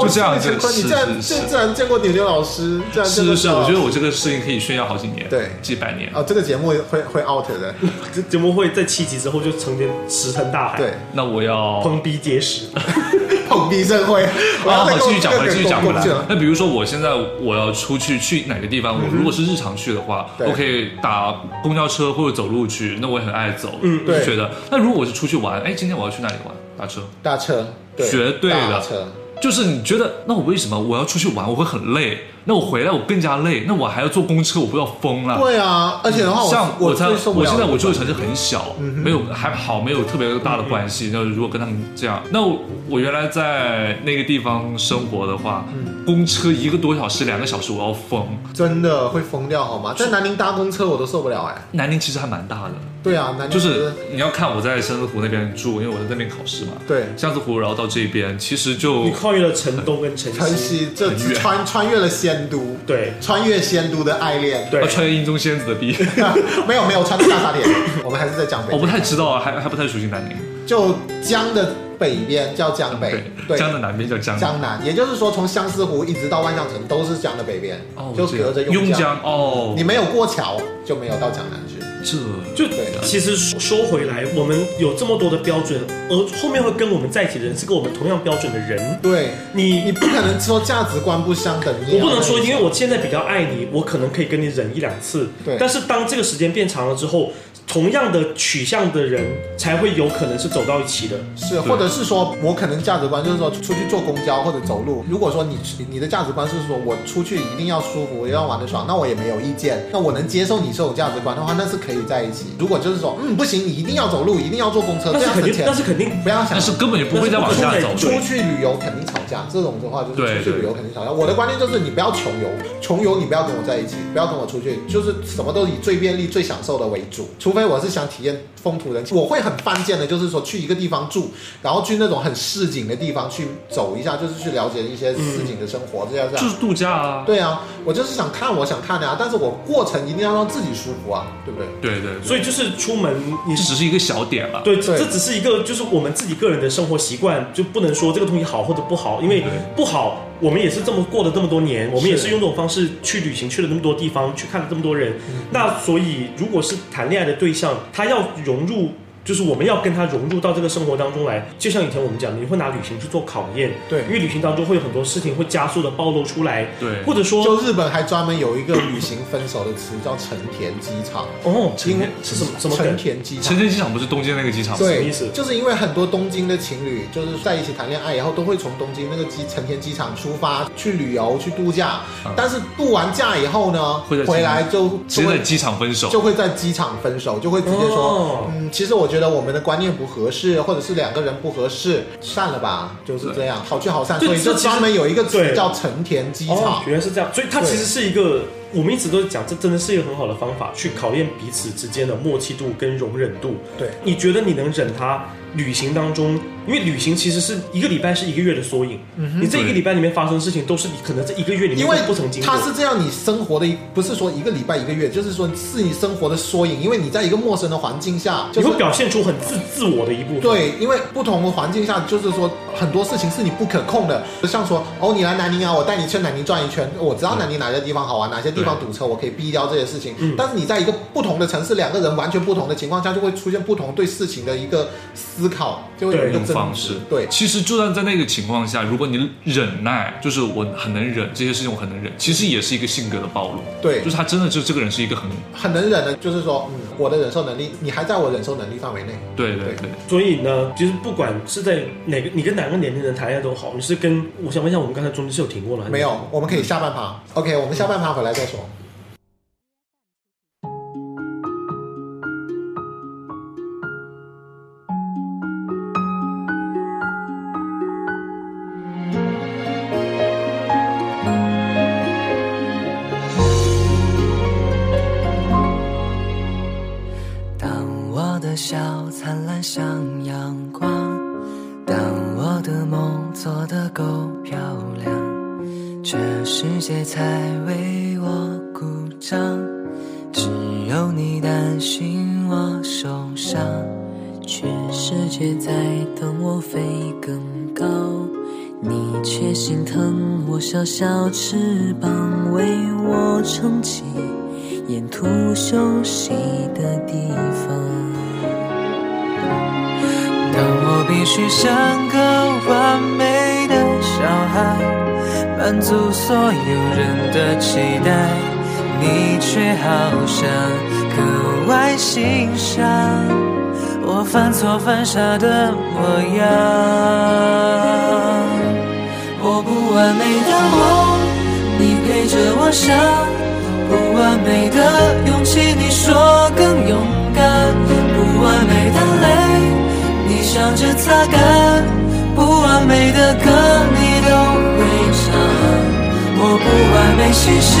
S3: 哪
S4: 就这样
S3: 陈
S4: 子，
S3: 坤
S4: 是
S3: 你竟然
S4: 是
S3: 竟
S4: 是。
S3: 竟然见过牛牛老师，竟然见
S4: 是
S3: 过
S4: 是是，
S3: 牛
S4: 我
S3: 牛
S4: 觉得
S3: 老师
S4: 我这个事情可以炫耀好几年，
S3: 对
S4: 几百年。
S3: 哦，这个节目会会 out 的，
S2: 啊这节目会在七集之后就成天石沉大海，
S3: 对，。
S4: 那我要
S2: 蓬荜结实。
S3: 碰壁社会。我
S4: 啊，
S3: 要再
S4: 好，
S3: 跟我
S4: 继续讲回来，继续讲回来
S3: 这个。
S4: 那比如说，我现在我要出去去哪个地方，我如果是日常去的话，
S3: 嗯对
S4: 我可以打公交车或者走路去，那我也很爱走，
S2: 嗯
S4: 就
S3: 对
S4: 觉得。那如果我是出去玩，哎，今天我要去哪里玩？打车，
S3: 大车，
S4: 绝对的
S3: 大车。
S4: 就是你觉得，那我为什么我要出去玩，我会很累，那我回来我更加累，那我还要坐公车，我不要疯了。
S3: 对啊，而且的话，
S4: 像
S3: 我
S4: 在
S3: 最受不
S4: 我
S3: 了
S4: 现在
S3: 的嗯
S4: 我住的城市很小，没有还好没有特别大的关系。那如果跟他们这样，那我我原来在那个地方生活的话，
S3: 嗯
S4: 公车一个多小时、两个小时，我要疯。
S3: 真的会疯掉好吗？在南宁搭公车我都受不了哎。
S4: 南宁其实还蛮大的，
S3: 对啊，南宁
S4: 就是你要看我在三子湖那边住，因为我在那边考试嘛。
S3: 对
S4: 三子湖，然后到这边，其实就
S2: 你跨越了城东跟城
S3: 城
S2: 西，
S3: 西，这
S4: 很远
S3: 穿穿越了仙都，
S2: 对
S3: 穿越仙都的爱恋。
S2: 对
S4: 要穿越英宗仙子的逼，
S3: 没有没有，穿的大沙 点，我们还是在江北
S4: 我。不太知道，啊还还不太熟悉南宁。
S3: 就江的北边叫江北，对，
S4: 江的南边叫江南。
S3: 江南，也就是说从相思湖一直到万象城都是江的北边，
S4: 哦，
S3: 就
S4: 这样
S3: 隔着
S4: 雍
S3: 江。
S4: 江哦，
S3: 你没有过桥就没有到江南去。
S4: 这
S2: 就
S3: 对的
S2: 其实说说回来，我们有这么多的标准，而后面会跟我们在一起的人是跟我们同样标准的人。
S3: 对，你
S2: 你
S3: 不可能说价值观不相等，
S2: 我不能说，
S3: 你
S2: 因
S3: 也
S2: 为我现在比较爱你，我可能可以跟你忍一两次。
S3: 对
S2: 但是当这个时间变长了之后，同样的取向的人才会有可能是走到一起的。
S3: 是，或者是说，我可能价值观就是说，出去坐公交或者走路。如果说你你的价值观是说我出去一定要舒服，要玩得爽，那我也没有意见。那我能接受你这种价值观的话，那是可以在一起。如果就是说，嗯，不行，你一定要走路，一定要坐公车，
S2: 但是
S3: 啊这样
S2: 肯
S3: 省
S2: 定，
S3: 钱
S2: 但，是肯定
S3: 不要想
S4: 但。是根本就不会再往下走。
S2: 但是
S3: 出去旅游肯定吵架，这种的话就是
S4: 对
S3: 出去旅游肯定吵架。我的观念就是你不要穷游，穷游你不要跟我在一起，不要跟我出去，就是什么都以最便利、最享受的为主。除非我是想体验风土人情，我会很犯贱的，就是说去一个地方住，然后去那种很市井的地方去走一下，就是去了解一些市井的生活，这样这
S4: 就
S3: 样。
S4: 是度假啊。
S3: 对啊，我就是想看我想看的啊，但是我过程一定要让自己舒服啊，对不对？
S4: 对对，
S2: 所
S4: 以
S2: 以就是出门你
S4: 这只是一个小点了。
S2: 对，
S3: 对
S2: 这只是一个就是我们自己个人的生活习惯，就不能说这个东西好或者不好，因为
S4: 对
S2: 不好，我们也是这么过了这么多年，我们也
S3: 是
S2: 是用这种方式去旅行，去了那么多地方，去看了这么多人。
S3: 嗯
S2: 那所以，如果是谈恋爱的对象，他要融入。就是我们要跟他融入到这个生活当中来，就像以前我们讲，的，你会拿旅行去做考验，
S3: 对
S2: 因为旅行当中会有很多事情会加速的暴露出来，
S4: 对
S2: 或者说
S3: 就日本还专门有一个旅行分手的词叫成田机场，
S2: 哦，
S4: 成
S2: 因为
S4: 田
S2: 是什么什么
S3: 成
S2: 梗？
S3: 田机场
S4: 深。圳机场不是东京那个机场
S3: 啊
S4: 吗？
S3: 对，
S2: 啊什么意思
S3: 就是因为很多东京的情侣就是在一起谈恋爱以后，都会从东京那个机成田机场出发去旅游去度假，
S2: 啊
S4: 嗯
S3: 但是度完假以后呢，
S4: 会在机场
S3: 回来就就
S4: 直接在
S3: 会
S4: 机场分手。
S3: 就会在机场分手，就会直接说
S2: 哦，
S3: 嗯，其实我觉得我们的观念不合适，或者是两个人不合适，散了吧，就是这样，好聚好散。
S2: 对
S3: 所以
S2: 这
S3: 就
S2: 其实
S3: 专门有一个词
S2: 对
S3: 叫成田机
S2: 哦
S3: 场，，
S2: 原来是这样，所以它
S3: 对
S2: 其实是一个我们一直都讲，这真的是一个很好的方法，去考验彼此之间的默契度跟容忍度。
S3: 对
S2: 你觉得你能忍他？旅行当中，因为旅行其实是一个礼拜是一个月的缩影，你这一个礼拜里面发生的事情都是你可能这一个月里面
S3: 嗯因为
S2: 都不曾经过
S3: 它是这样，你生活的一不是说一个礼拜一个月，就是说是你生活的缩影。因为你在一个陌生的环境下，就
S2: 你
S3: 是
S2: 会表现出很自自我的一部分。，
S3: 对，因为不同的环境下，就是说很多事情是你不可控的。就像说，哦，你来南宁啊，我带你去南宁转一圈，我知道南宁哪些地方好玩，哪些地方堵车，我可以避掉这些事情。
S4: 嗯
S3: 但是你在一个不同的城市，两个人完全不同的情况下，就会出现不同对事情的一个思考，就会有一
S2: 对
S3: 个
S4: 种
S3: 争
S4: 方
S3: 执
S4: 式。
S3: 对，
S4: 其实就算在那个情况下，如果你忍耐，就是我很能忍这些事情，我很能忍，其实也是一个性格的暴露。
S3: 对
S4: 就是他真的就这个人是一个很
S3: 很能忍的，就是说，嗯，我的忍受能力，你还在我忍受能力范围内。
S4: 对对对，
S2: 所以呢，其实不管是在哪个你跟哪个年龄人谈恋爱都好，你是跟我想问一下，我们刚才中间是有停过了还是
S3: 没有，我们可以下半趴。OK，我们下半趴回来再说。
S5: 当我的笑灿烂像阳光，当我的梦做得够漂亮，这世界才为我鼓掌。只有你担心我受伤，全世界在等我飞更高，你却心疼我小小翅膀为我撑起沿途休息的地方。当我必须像个完美的小孩，满足所有人的期待，你却好像格外欣赏我犯错犯傻的模样。我不完美的梦，你陪着我想；不完美的勇气，你说更勇敢；不完美的泪，你笑着擦干；不完美的歌，你都会唱。我不完美心事，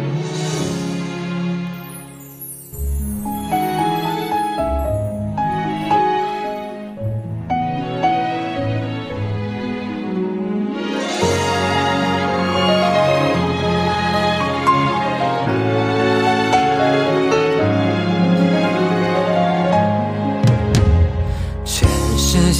S5: 全世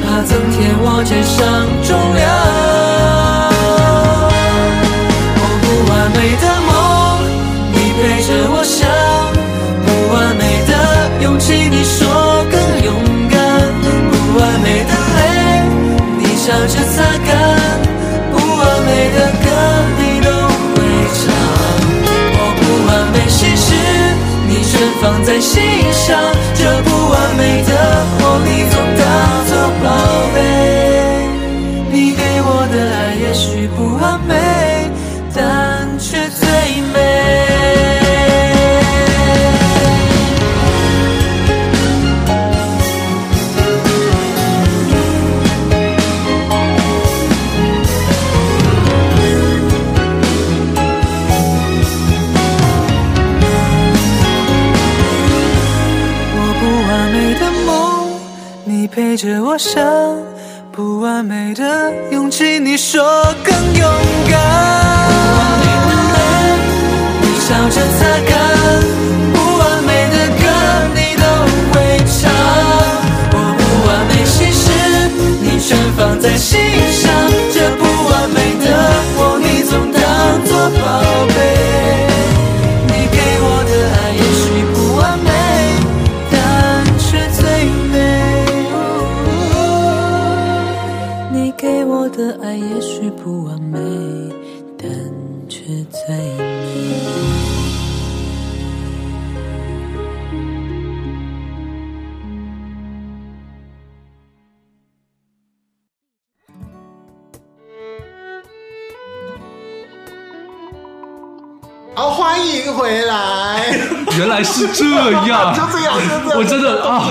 S5: 怕增添我肩上重量。我哦不完美的梦，你陪着我想；不完美的勇气，你说更勇敢；不完美的泪，你笑着擦干；不完美的歌，你都会唱。我不完美心事，你全放在心上。这不完美的我，你总当作宝贝。你给我的爱也许不完美，但却最美。我不完美的梦，你陪着我想；不完美的勇气，你说更勇敢。不完美的泪，你笑着擦干；不完美的歌，你都会唱。我不完美心事，你全放在心上。这不完美的我，你总当作宝贝。你给我的爱也许不完美，
S3: 欢迎回来，
S4: 原来是这 样，
S3: 就这样，就这样。
S4: 我真的啊，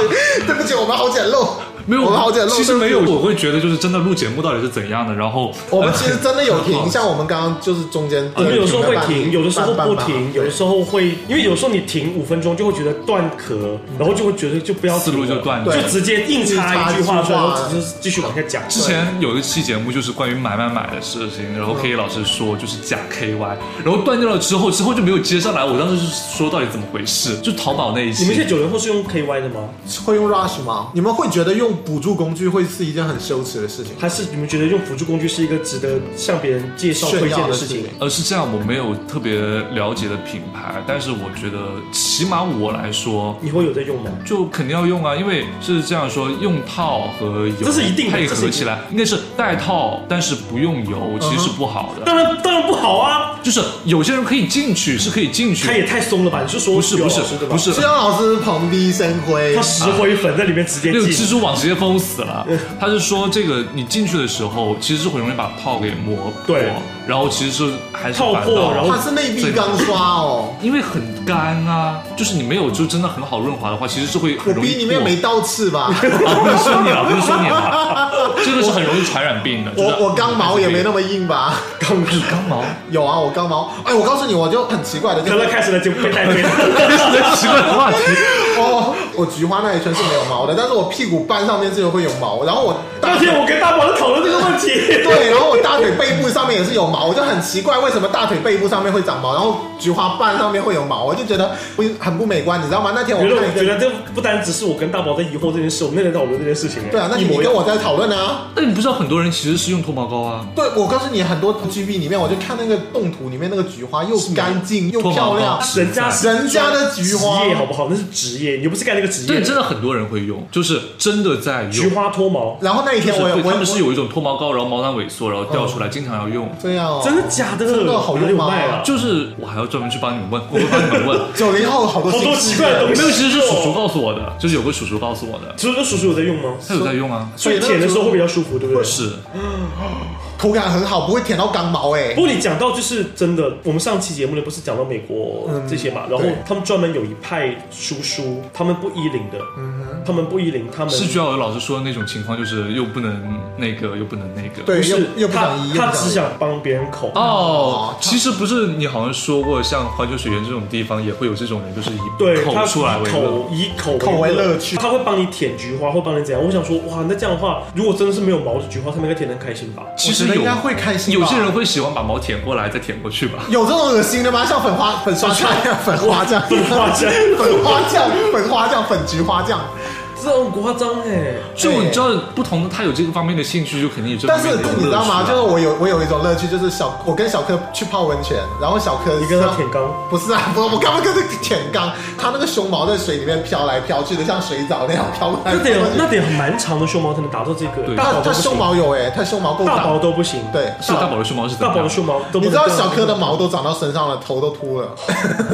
S3: 对不起，我们好简陋，
S4: 没有，
S3: 我们好简陋。
S4: 其
S3: 对
S4: 实
S3: 不
S4: 没
S3: 起
S4: 有，我会觉得就是真的录节目到底是怎样的，然后
S3: 我们其实真的有停，
S4: 呃
S3: 像我们刚刚就是中间，
S2: 我们有时候会停，有的时候
S3: 半
S2: 不停，有的时。候会，因为有时候你停五分钟就会觉得断壳，然后就会觉得就不要
S4: 思路
S2: 停了
S4: 就断了
S2: 就
S3: 对
S2: 直接硬插一句话出来，然后只是继续往下讲。
S4: 之前有一期节目就是关于买买买的事情，然后 K E 老师说就是假 KY，然后断掉了之后，之后就没有接上来。我当时就是说到底怎么回事？就淘宝那一期，
S2: 你们现在九零后是用 KY 的吗？
S3: 半会用 rush 吗？你们会觉得用补助工具会是一件很羞耻的事情吗？
S2: 还是你们觉得用辅助工具是一个值得向别人介绍推
S3: 炫
S2: 荐
S3: 耀
S2: 的
S3: 的
S2: 事情
S3: 事？情
S4: 呃，是这样，我没有特别了解的品牌，但是我觉得起码我来说，
S2: 你会有在用吗？
S4: 就肯定要用啊，因为是这样说，用套和油
S2: 这是一定的
S4: 配
S2: 这是一
S4: 合
S2: 定
S4: 起来，应该是带套，但是不用油，其实是不好的。
S2: 当然，当然不好啊！
S4: 就是有些人可以进去，是可以进去
S2: 它，也太松了吧？你是说
S4: 不是
S2: 有
S4: 不
S2: 老
S4: 是
S2: 师对吧？
S4: 不是
S3: 志阳啊老师蓬荜生辉
S2: 它，石灰粉在里面直接
S4: 那个
S2: 进
S4: 蜘。蛛网直接封死了。他是说这个你进去的时候，其实是很容易把泡给磨破
S2: 对，
S4: 然后其实是还是
S2: 泡
S4: 反
S2: 破
S4: 倒
S2: 然后
S3: 它是内壁钢刷哦，
S4: 因为很干啊，就是你没有就真的很好润滑的话，其实是会
S3: 我
S4: 很容易
S3: 逼里面
S4: 破
S3: 没倒刺吧？
S4: 啊，不是说你了，不是说你了，这个是很容易传染病的。就是
S3: 我 我刚毛也没那么硬吧？
S4: 刚刚毛，
S3: 有啊，我刚毛。哎，我告诉你，我就很奇怪的，就
S2: 可乐
S3: 是
S2: 开始了，就被带飞了。
S4: 奇怪的话题。
S3: 哦，我菊花那一圈是没有毛的，但是我屁股瓣上面是有会有毛，然后我
S2: 那
S3: 大
S2: 天我跟大宝在讨论这个问题，
S3: 对，然后我大腿背部上面也是有毛，我就很奇怪为什么大腿背部上面会长毛，然后菊花瓣上面会有毛，我就觉得不很不美观，你知道吗？那天我
S2: 觉得
S3: 看
S2: 我
S3: 一
S2: 觉得
S3: 个，
S2: 这不单只是我跟大宝在疑惑这件事，我们那天在讨论这件事情。
S3: 对啊，那
S2: 一
S3: 你
S2: 模一
S3: 跟
S2: 样。
S3: 我在讨论啊。
S4: 哎但你不知道很多人其实是用脱毛膏啊，
S3: 对，我告诉你，很多 G B 里面，我就看那个动图里面那个菊花又干净又漂亮，
S4: 脱毛膏
S2: 人家是
S3: 人家的菊花
S2: 职业好不好？那是职业，你又不是干那个职业。
S4: 对，真的很多人会用，就是真的在用。
S2: 菊花脱毛，
S3: 然后那一天
S4: 就是
S3: 我有
S4: 对
S3: 我
S4: 他们是
S3: 有
S4: 有一种脱毛膏，然后毛囊萎缩，然后掉出来，经常要用。
S3: 这样哦，
S2: 真的假的？
S3: 真的好
S2: 哪里有
S3: 用吗
S2: 卖啊？
S4: 就是我还要专门去帮你们问，我会帮你 们问。
S3: 九零后好多
S2: 好多
S3: 新
S2: 奇怪的东西
S4: 没有，其实是叔叔告诉我 的，就是有个叔叔告诉我的，
S2: 叔叔叔叔有在用吗？
S4: 他有在用啊。
S2: 所以舔的时候会比较舒服，对不对？
S4: 是，
S3: 口感很好，不会舔到刚毛哎、
S2: 不过你讲到就是真的，我们上期节目呢不是讲到美国这些嘛，然后
S3: 嗯对
S2: 他们专门有一派叔叔，他们不依领的，
S3: 嗯
S2: 他们不依领，他们
S4: 是居耀有老师说的那种情况，就是又不能那个，又不能那个。
S3: 对，
S2: 不
S3: 又
S2: 是
S3: 又不
S2: 他
S3: 想移，又
S2: 他
S3: 不
S2: 只
S3: 想移。
S2: 想帮别人口。
S4: 哦
S3: 哦，
S4: 其实不是，你好像说过，像环球水源这种地方也会有这种人，就是
S2: 对
S4: 以
S2: 他
S4: 口出来
S2: 以
S4: 为乐。
S2: 口以口
S3: 口为乐趣
S2: 他会帮你舔菊花，会帮你怎样？我想说，哇，那这样的话，如果真的是没有毛的菊花，他们应该舔得很开心吧？
S4: 其实
S3: 我觉得
S4: 有
S3: 应该会开心吧
S4: 有些人会喜欢把毛舔过来再舔过去吧。
S3: 有这种恶心的吗？像粉花粉刷酱、粉花酱、
S2: 粉花酱
S3: 粉花酱、粉花酱、粉菊花酱。
S2: 这很夸张哎！
S4: 就你知道，不同的他有这个方面的兴趣，就肯定有这
S3: 但
S4: 方面
S3: 是
S4: 的
S3: 你知道吗？
S4: 乐趣啊
S3: 就是我有我有一种乐趣，就是小我跟小柯去泡温泉，然后小柯
S2: 你跟他舔缸，
S3: 不是啊， 不我干嘛跟他舔缸？他那个胸毛在水里面飘来飘去的，像水藻那样飘过来
S2: 那
S3: 飘
S2: 得那
S3: 过去。
S2: 得蛮长的胸毛才能达到这个，
S4: 对
S2: 大
S3: 他
S2: 宝
S3: 他
S2: 都不
S3: 胸
S2: 行，
S3: 毛有哎、他胸毛够
S2: 大宝
S3: 长。
S2: 都不行，
S3: 对，
S4: 是大宝的胸毛是怎
S2: 大
S4: 么
S2: 宝
S4: 样
S2: 的胸毛都不能
S3: 你知道
S2: 这样
S3: 小柯的毛都长到身上了，头都秃了。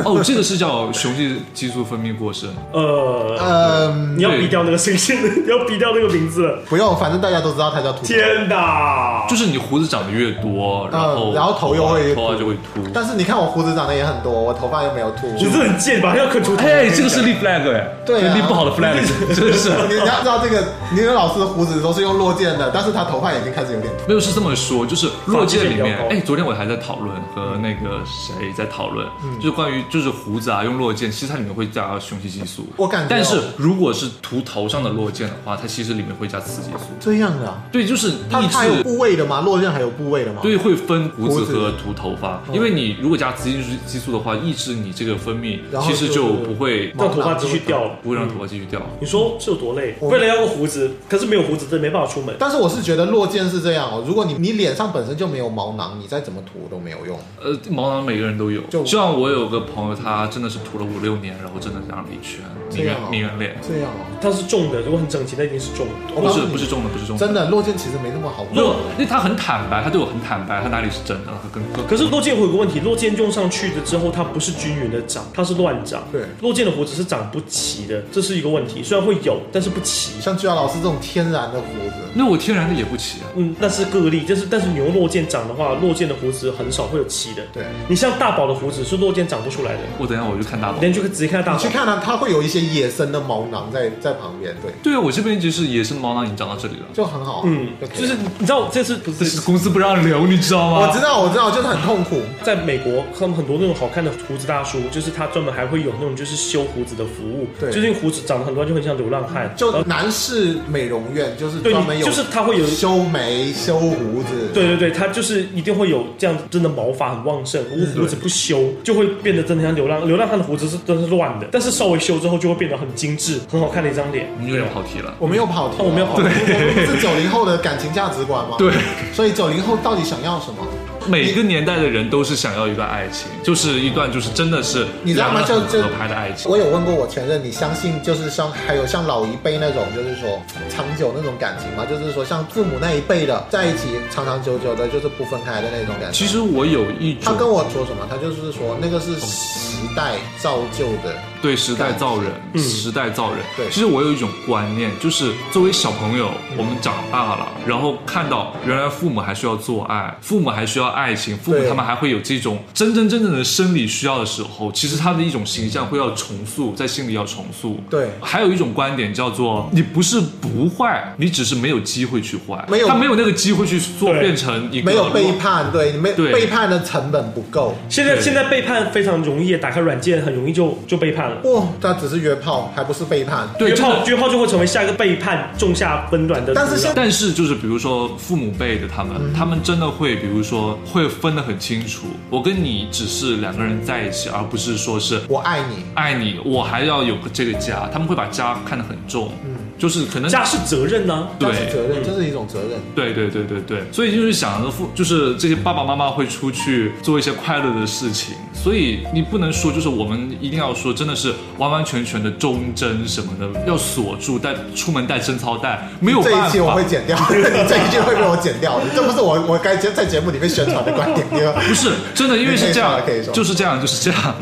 S4: 哦，这个是叫雄性激素分泌过剩。
S2: 呃，
S3: 嗯，
S2: 你要
S4: 对
S2: 逼掉那个声线， 要逼掉那个名字了。
S3: 不用，反正大家都知道他叫秃头。
S2: 天哪！
S4: 就是你胡子长得越多，然后、
S3: 嗯然后头又会
S4: 头发啊就会秃。
S3: 但是你看我胡子长得也很多，我头发又没有秃。
S2: 你这很贱吧？要啃出头。
S4: 哎，这个是立 flag 哎，
S3: 对啊
S4: 立不 好的 flag，真的是。
S3: 你要知道这个，你的老师的胡子都是用落剑的，但是他头发已经开始有点秃。
S4: 没有是这么说，就是落界里面
S2: 发际线比较，高
S4: 哎，昨天我还在讨论和那个谁在讨论，
S3: 嗯
S4: 就是关于就是胡子啊用落剑，其实它里面会加雄性激素。
S3: 我感觉哦
S4: 但是如果是涂头上的落剑的话，它其实里面会加雌激素。
S3: 这样的、啊，
S4: 对，就是
S3: 他
S4: 抑
S3: 他有
S4: 制。
S3: 部位的吗？落剑还有部位的吗？
S4: 对，会分胡子
S3: 胡子嗯
S4: 和涂头发，因为你如果加雌激素激素的话，抑制你这个分泌
S3: 然，后
S4: 其实
S3: 就
S4: 就不会
S2: 让头发继续掉了。
S4: 不会让头发继续掉。
S2: 你说是有多累？
S3: 我
S2: 为了要个胡子，可是没有胡子真的没办法出门。
S3: 但是我是觉得落剑是这样哦，如果你你脸上本身就没有毛囊，你再怎么涂都没有用。
S4: 呃，毛囊每个人都有，
S3: 就
S4: 像我有个朋友，他真的是涂了五六年，然后真的长了一圈
S3: 这
S4: 名媛
S3: 样哦
S4: 名媛脸，
S3: 这样哦，
S2: 它是重的，如果很整齐，那一定是重的。
S3: 我
S4: 不
S3: 告
S4: 是
S3: 诉你
S4: 不是中的，不是中的，
S3: 真的落剑其实没那么好
S4: 不
S3: 用。，
S4: 为他很坦白，他对我很坦白，他哪里是真的，他跟
S2: 可是落剑会有个问题，落剑用上去的之后，它不是均匀的长，它是乱长。
S3: 对
S2: 落剑的胡子是长不齐的，这是一个问题。虽然会有，但是不齐。
S3: 像居瑶老师这种天然的胡子，
S4: 那我天然的也不齐啊。
S2: 嗯，那是个例，就是但是你用落剑长的话，落剑的胡子很少会有齐的。
S3: 对
S2: 你像大宝的胡子是落剑长不出来的，
S4: 我等一下我就看大宝。
S2: 连就可以直接看到大
S3: 你
S2: 宝
S3: 去。看他，他会有一些野生的毛囊在在旁边，对，
S4: 对啊，我这边就是野生毛囊已经长到这里了，
S3: 就很好啊，
S2: 嗯，
S3: 可
S2: 就
S3: 以
S2: 是
S3: 了
S2: 你你知道这次不
S4: 但
S2: 是
S4: 是公司不让留，你知道吗？
S3: 我知道我知道，就是很痛苦，
S2: 在美国，他们很多那种好看的胡子大叔，就是他专门还会有那种就是修胡子的服务，
S3: 对
S2: 就是因为胡子长得很多就很像流浪汉，然
S3: 就
S2: 后
S3: 男士美容院就是
S2: 对
S3: 专门
S2: 你
S3: 有，
S2: 就是他会有
S3: 修眉修胡子，
S2: 对对对，他就是一定会有这样，真的毛发很旺盛，胡胡子不修就会变得真的像流浪流浪汉的胡子是真的是乱的，但是稍微修之后就会变得很精致，很好看的一张脸。
S4: 你有点跑题了。
S3: 我们又跑题了，
S2: 哦我们又跑题
S3: 对，我们是九零后的感情价值观吗？
S4: 对，
S3: 所以九零后到底想要什么？
S4: 每个年代的人都是想要一段爱情，就是一段就是真的是
S3: 你知道吗？
S4: 两个
S3: 就
S4: 人
S3: 就
S4: 合拍的爱情。
S3: 我有问过我前任，你相信就是像还有像老一辈那种，就是说长久那种感情吗？就是说像父母那一辈的在一起长长久久的，就是不分开的那种感
S4: 其
S3: 情。
S4: 实我有一
S3: 他
S4: 种
S3: 跟我说什么？他就是说那个是时代造就的，
S4: 对时代造人，
S2: 嗯
S4: 时代造人。
S3: 对嗯
S4: 其实我有一种观念，就是作为小朋友，我们长大了，然后看到原来父母还需要做爱，父母还需要爱情，父母
S3: 对
S4: 他们还会有这种真真正正的生理需要的时候，其实他的一种形象会要重塑，在心里要重塑。
S3: 对
S4: 还有一种观点叫做，你不是不坏，你只是没有机会去坏，
S3: 没有
S4: 他没有那个机会去做，
S2: 对
S4: 变成一个
S3: 没有背叛，对，没
S4: 对
S3: 背叛的成本不够。
S2: 现在
S4: 对
S2: 现在背叛非常容易，打开软件很容易就就背叛了。
S3: 哇、哦他只是约炮，还不是背叛。
S4: 对
S2: 约
S4: 真
S2: 炮
S4: 的。
S2: 约炮就会成为下一个背叛，种下温暖的土壤。
S3: 但是现
S4: 但是就是比如说父母辈的他们，他们真的会，比如说会分得很清楚，我跟你只是两个人在一起，而不是说是
S3: 我爱你，
S4: 爱你，我还要有个这个家，他们会把家看得很重，就是可能
S2: 家是责任呢、
S3: 这是
S4: 对
S3: 责任，这是一种责任。
S4: 对对对对对，所以就是想着父，就是这些爸爸妈妈会出去做一些快乐的事情，所以你不能说就是我们一定要说真的是完完全全的忠贞什么的，要锁住带出门带贞操带，没有
S3: 这一
S4: 办
S3: 期我
S4: 法
S3: 会。 剪掉，这一期会被我剪掉的，这不是我我该在节目里面宣传的观点，因为
S4: 不 是真的，因为是这样
S3: 你可以说可以说，
S4: 就是这样，就是这样。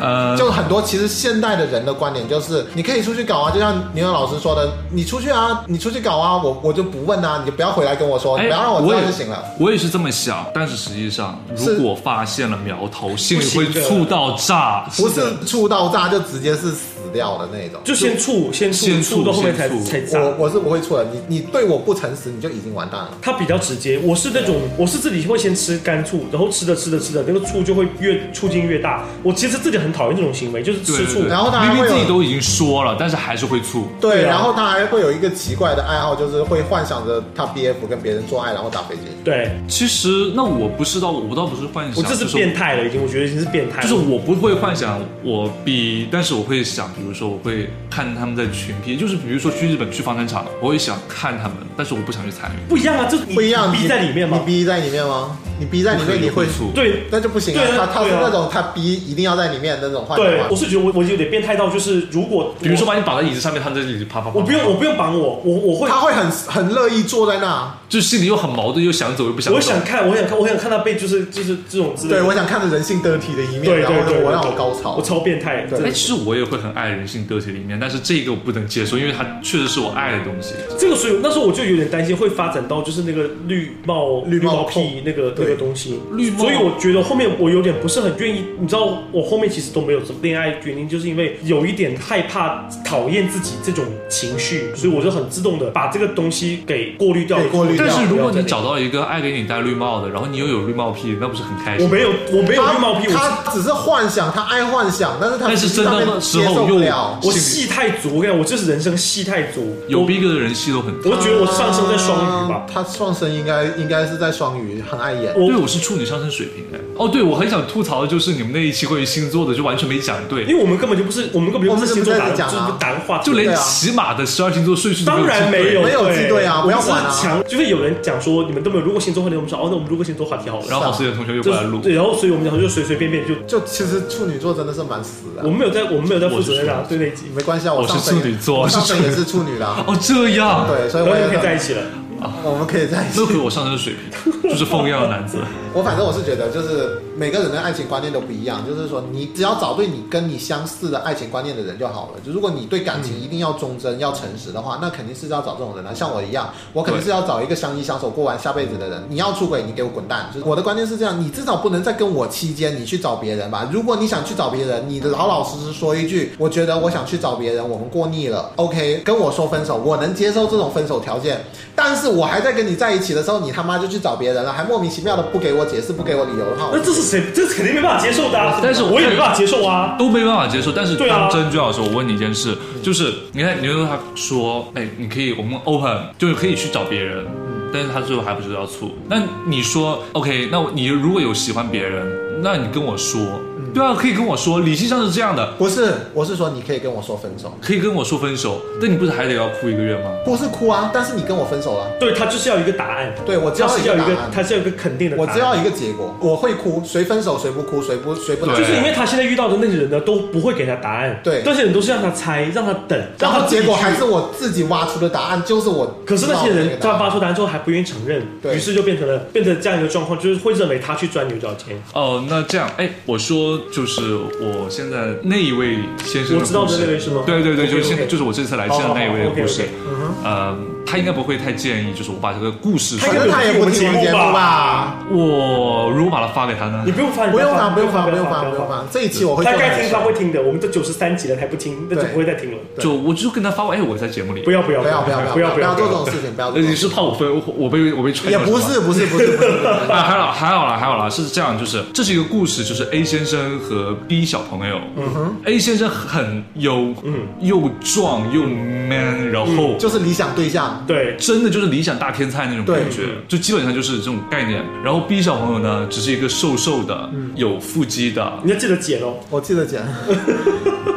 S4: 呃，
S3: 就很多其实现代的人的观点就是，你可以出去搞啊，就像牛牛老师说的，你出去啊，你出去搞啊，我我就不问啊，你就不要回来跟我说，你
S4: 哎
S3: 不要让我知道
S4: 也
S3: 就行了。
S4: 我也是这么想，但是实际上，
S3: 是
S4: 如果发现了苗头，心里
S2: 行
S4: 会
S2: 的
S4: 醋到炸。
S3: 不是触到炸就直接是死掉的那种。
S2: 就先处先处
S4: 先
S2: 处到
S4: 处
S2: 后面才
S4: 先处
S2: 才炸。
S3: 我我是不会错的，你你对我不诚实，你就已经完蛋了。
S2: 他比较直接，我是那种，我是自己会先吃干醋，然后吃着吃着吃着，那个醋就会越醋劲越大。我其实自己很讨厌这种行为，就是
S4: 对
S2: 吃
S4: 对
S2: 醋。
S4: 对，
S3: 然后他还
S4: 明明
S3: 会有
S4: 自己都已经说了，但是还是会醋。
S3: 对，
S2: 对啊
S3: 然后他还会有一个奇怪的爱好，就是会幻想着他 BF 跟别人做爱，然后打飞机。
S2: 对，
S4: 其实那我不是到，我倒不是幻
S2: 我
S4: 想，
S2: 这是
S4: 就是
S2: 变态了，已经，我觉得已经是变态了。
S4: 就是我不会幻想我比，但是我会想，比如说我会看他们在群 P，就是比如说去日本去房产场，我会想看他们，但是我不想去参与。
S2: 不一样啊，就是你
S3: 不一样，
S2: 逼
S3: 你
S2: 在里面
S3: 你
S2: 嘛。
S3: 逼在里面吗？你逼在里面，你会
S4: 醋。
S2: 对
S3: 那就不行啊
S2: 对！啊
S3: 他他是
S2: 对啊
S3: 那种他逼一定要在里面的那种幻想
S2: 对，
S3: 嘛
S2: 我。是觉得我我有点变态到，就是如果
S4: 比如说把你绑在椅子上面，他们在这里啪啪啪，
S2: 我我不用我不用绑我，我我会
S3: 他会很很乐意坐在那，
S4: 就心里又很矛盾，又想走又不想走。
S2: 我想看我想看我想看他被就是就是这种之类的。
S3: 对我想看着人性得体的一面，
S2: 对
S3: 然后
S2: 对对，
S3: 我
S2: 对
S3: 让我
S2: 对
S3: 高潮
S2: 我。超变态。
S3: 对
S2: 真
S4: 哎，
S2: 的
S4: 其实我也会很爱人性得体里面，但是这个我不能接受，因为它确实是我爱的东西。
S2: 这个所以那时候我就有点担心会发展到就是那个绿帽
S3: 绿帽
S2: 屁那个
S3: 对
S2: 那个东西，
S4: 绿帽
S2: 所以我觉得后面我有点不是很愿意，你知道我后面其实都没有恋爱，原因就是因为有一点害怕讨厌自己这种情绪，所以我就很自动的把这个东西给过滤掉。
S3: 给过滤掉
S4: 但是如果
S3: 不要
S4: 你找到一个爱给你戴绿帽的，然后你又有绿帽癖，那不是很开
S2: 我
S4: 心？
S2: 没有我没有绿帽屁，我是
S3: 他只是幻想，他爱幻想，但是他
S4: 但是真的
S3: 他们接受不了。
S2: 我戏太足，我跟你讲，我就是人生戏太足，
S4: 有逼格的人戏都很
S2: 我就觉得我上升在双鱼吧
S3: 啊。他上身应该应该是在双鱼，很碍眼。
S2: 我
S4: 对，我是处女上升水平哎。哦，对，我很想吐槽的就是你们那一期关于星座的，就完全没讲对，
S2: 因为我们根本就不是，我们根本就不是星座打的，
S3: 我
S2: 就
S3: 们就不在这讲
S2: 是
S3: 啊
S2: 打个话题
S4: 就
S3: 对
S4: 连
S3: 啊
S4: 起码的十二星座顺序都
S2: 当然没有，
S4: 对
S3: 没有自对啊
S2: 我
S3: 不要
S2: 们只
S3: 管啊
S2: 是强，就是有人讲说你们都没有录过星座话题，我们说哦，那我们录个星座话题好了。
S4: 然后好几的同学又过来录
S2: 就是，对，然后所以我们讲就随随便便就，
S3: 就其实处女座真的是蛮死的
S2: 我，们没有在，我们没有在负责任啊
S4: 我，
S2: 对那一集，
S3: 没关系啊，
S4: 我是
S3: 上身也
S4: 处女座
S3: 我上身
S4: 我
S3: 也是
S4: 是处女
S3: 处女啦。
S4: 哦这样，
S3: 对，所以
S2: 然
S3: 我
S2: 后
S3: 也
S2: 就可以在一起了。
S4: 啊，
S3: 我们可以在一起
S4: 这。回我上升水平，就是风一样的男子。
S3: 我反正我是觉得，就是每个人的爱情观念都不一样，就是说你只要找对你跟你相似的爱情观念的人就好了。就如果你对感情一定要忠贞、要诚实的话，那肯定是要找这种人啊。像我一样，我肯定是要找一个相依相守过完下辈子的人。你要出轨，你给我滚蛋！就是我的观念是这样，你至少不能在跟我期间你去找别人吧。如果你想去找别人，你老老实实说一句，我觉得我想去找别人，我们过腻了，OK，跟我说分手，我能接受这种分手条件。但是我还在跟你在一起的时候，你他妈就去找别人了，还莫名其妙的不给我解释、不给我理由的话，我
S2: 那这是谁？这是肯定没办法接受的、啊。
S4: 但是我
S2: 我也没办法接受啊。
S4: 都没办法接受。但是
S2: 对啊嗯
S4: 当真君老师，我问你一件事，就是你看，你就说他说，哎，你可以我们 open，就是可以去找别人，
S2: 嗯
S4: 但是他最后还不是要处。那你说 OK，那我你如果有喜欢别
S2: 嗯
S4: 人，那你跟我说，对啊，可以跟我说，理性上是这样的，
S3: 不是，我是说你可以跟我说分手，
S4: 可以跟我说分手，但你不是还得要哭一个月吗？
S3: 不是哭啊，但是你跟我分手了，
S2: 对他就是要一个答案，
S3: 对我只
S2: 他
S3: 要
S2: 是
S3: 一
S2: 要
S3: 个
S2: 一个
S3: 答，
S2: 他
S3: 案，
S2: 是要一个肯定的答
S3: 我
S2: 案。
S3: 只要一个结果，我会哭，谁分手谁不哭，谁不谁不
S4: 对
S2: 就是因为他现在遇到的那些人呢，都不会给他答案，
S3: 对
S2: 那些人都是让他猜，让他等，
S3: 然
S2: 让
S3: 后
S2: 他自己
S3: 结果
S2: 去
S3: 还是我自己挖出的答案，就是我
S2: 可是那些人
S3: 知道
S2: 他
S3: 的
S2: 发
S3: 那
S2: 出
S3: 个答案
S2: 答案之后还不愿意承认，
S3: 对
S2: 于是就变成了变成这样一个状况，就是会认为他去钻牛角
S3: 嗯
S2: 尖。
S4: 哦，那这样，哎，我说就是我现在那一位先生的故事，
S2: 我知道的那位是吗
S4: 对对对，就是
S2: OK，OK
S4: 现就是我这次来见的那一位的故事
S2: OK，OK，嗯哼。
S4: 呃，他应该不会太建议，就是我把这个故事说
S3: 反正他也不听我们节目吧。
S4: 我如果把它发给他呢
S2: 你？不用发，你
S3: 不用
S2: 发，
S3: 发，不用发，不用
S2: 发，
S3: 发，不用发。这一期我会
S2: 他
S3: 做
S2: 该听他
S3: 男
S2: 会
S3: 生。
S2: 听的，我们都九十三集了，他还不听，那就
S3: 对
S2: 不会再听了。
S3: 对
S4: 就我就跟他发完，哎，我在节目里。
S2: 不要不要
S3: 不要
S2: 不
S3: 不要
S2: 不
S3: 不
S2: 要
S3: 要不要
S2: 要
S3: 做这种事情，不要
S4: 呃，
S3: 做这
S4: 你
S3: 种事
S4: 是怕我分我被我被
S3: 情。
S4: 传
S3: 也
S4: 染吗？
S3: 不是不是不是不是不是，
S4: 啊，还好还好啦，还好啦，是这样，就是这是一个故事，就是 A 先生和 B 小朋友。嗯哼，A 先生很优，嗯，又壮又 man，然
S2: 嗯
S4: 后
S3: 就是理想对象。
S2: 对，
S4: 真的就是理想大天才那种感觉
S2: 对，
S4: 就基本上就是这种概念。然后 B 小朋友呢，只是一个瘦瘦的，
S3: 嗯
S4: 有腹肌的。
S2: 你要记得剪哦。
S3: 我记得讲，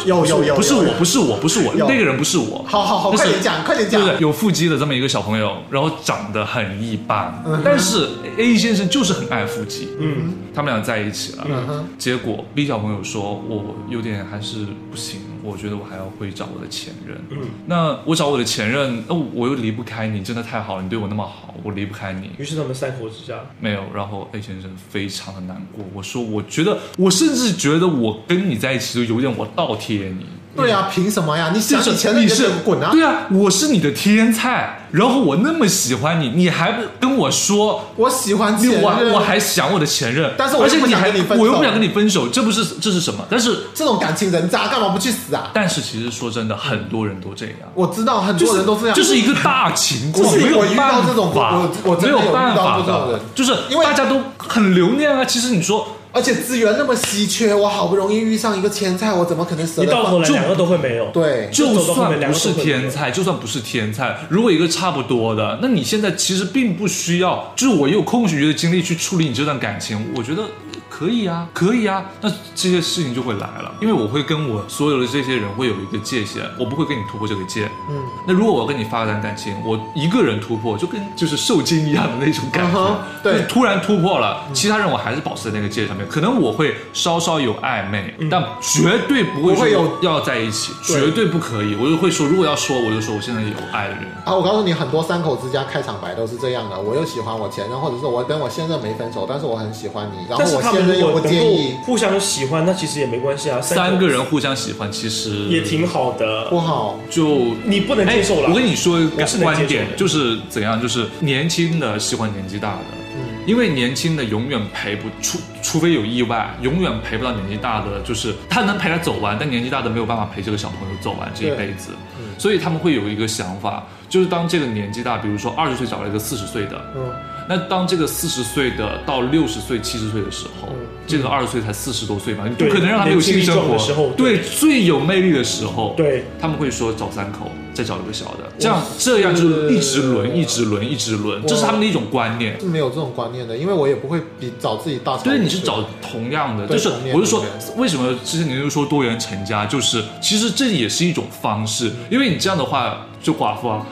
S3: 有有有，
S4: 不是
S3: 有
S4: 我，不是我，不是我，
S3: 有
S4: 那个人不是我。
S3: 好好好，
S4: 但是
S3: 快点讲，快点
S4: 对
S3: 讲
S4: 不。对？有腹肌的这么一个小朋友，然后长得很一般，
S3: 嗯
S4: 但是 A 先生就是很爱腹肌，嗯，他们俩在一起了，
S3: 嗯
S4: 结果 B 小朋友说，我有点还是不行，我觉得我还要回找我的前任，嗯，那我找我的前任，那我又离不开你，真的太好了，你对我那么好，我离不开你，
S2: 于是他们三口之家，
S4: 没有，然后 A 先生非常的难过。我说，我觉得，我甚至觉得我跟你在一起就有点我倒贴你，
S3: 对啊，凭什么呀？你想
S4: 就是
S3: 以前任
S4: 你
S3: 你就是滚啊！
S4: 对啊，我是你的天菜，然后我那么喜欢你，你还不跟我说。
S3: 我喜欢
S4: 你
S3: 前任，
S4: 我我还想我的前任，
S3: 但是我
S4: 而
S3: 又
S4: 且
S3: 不
S4: 你
S3: 想
S4: 还
S3: 跟你分手
S4: 我又不想跟你分手，这不是这是什么？但是
S3: 这种感情人渣，干嘛不去死啊？
S4: 但是其实说真的，很多人都这样，
S3: 我知道很多人都这样，
S4: 就是一个大情况，
S3: 就是
S4: 没有
S3: 我遇到这种
S4: 办法
S3: 我我真
S4: 没
S3: 的有遇到
S4: 办法
S3: 过这种
S4: 的
S3: 人，
S4: 就是
S3: 因为
S4: 大家都很留念啊。其实你说
S3: 而且资源那么稀缺，我好不容易遇上一个前菜，我怎么可能舍
S2: 你
S3: 得
S2: 到
S3: 放
S2: 头来
S4: 就
S2: 两个都会没有。
S3: 对，
S4: 就算不是天才，就算不是天才，如果一个差不多的，那你现在其实并不需要，就是我有空余的精力去处理你这段感情，我觉得。可以啊，可以啊，那这些事情就会来了，因为我会跟我所有的这些人会有一个界限，我不会跟你突破这个界。嗯，那如果我跟你发展感情，我一个人突破，就跟就是受惊一样的那种
S3: 嗯
S4: 感觉，
S3: 哼对
S4: 就是突然突破了，其他人我还是保持在那个界上面，可能我会稍稍有暧昧，但绝对不会
S3: 不会
S4: 说
S3: 有
S4: 要在一起，绝对不可以。我就会说，如果要说，我就说我现在有爱的人。
S3: 啊，我告诉你，很多三口之家开场白都是这样的。我又喜欢我前任，或者是我跟我现任没分手，但是我很喜欢你，然后
S2: 但是
S3: 我
S2: 他
S3: 现
S2: 们
S3: 任
S2: 如
S3: 又
S2: 果
S3: 不
S2: 能
S3: 介
S2: 够
S3: 意，
S2: 互相喜欢，那其实也没关系啊。
S4: 三
S2: 口
S4: 个人互相喜欢，其实
S2: 也挺好的
S3: 不。好。
S4: 就。
S2: 你不能接受了。
S4: 哎我跟你说一个
S2: 我是能
S4: 观
S2: 接受
S4: 点
S2: 的，
S4: 就是怎样，就是年轻的喜欢年纪大的，
S2: 嗯
S4: 因为年轻的永远陪不除除非有意外，永远陪不到年纪大的，就是他能陪他走完，但年纪大的没有办法陪这个小朋友走完这一
S3: 对
S4: 辈子，
S2: 嗯
S4: 所以他们会有一个想法，就是当这个年纪大，比如说二十岁找了一个四十岁的，
S2: 嗯
S4: 那当这个四十岁的到六十岁、七十岁的时候，这个二十岁才四十多岁嘛，你不
S2: 嗯对
S4: 可能让他没有性生
S2: 年轻力壮
S4: 活
S2: 的时候
S4: 对，最有魅力的时候，
S2: 对，
S4: 他们会说找三口，再找一个小的，这样这样就是一直轮，一直轮，一直轮，这是他们的一种观念。
S3: 是没有这种观念的，因为我也不会比找自己大。
S4: 对，你是找同样的，
S3: 对
S4: 就是
S3: 同样的
S4: 我是说
S3: 对，
S4: 为什么之前你就说多元成家，就是其实这也是一种方式，因为你这样的话就寡妇啊，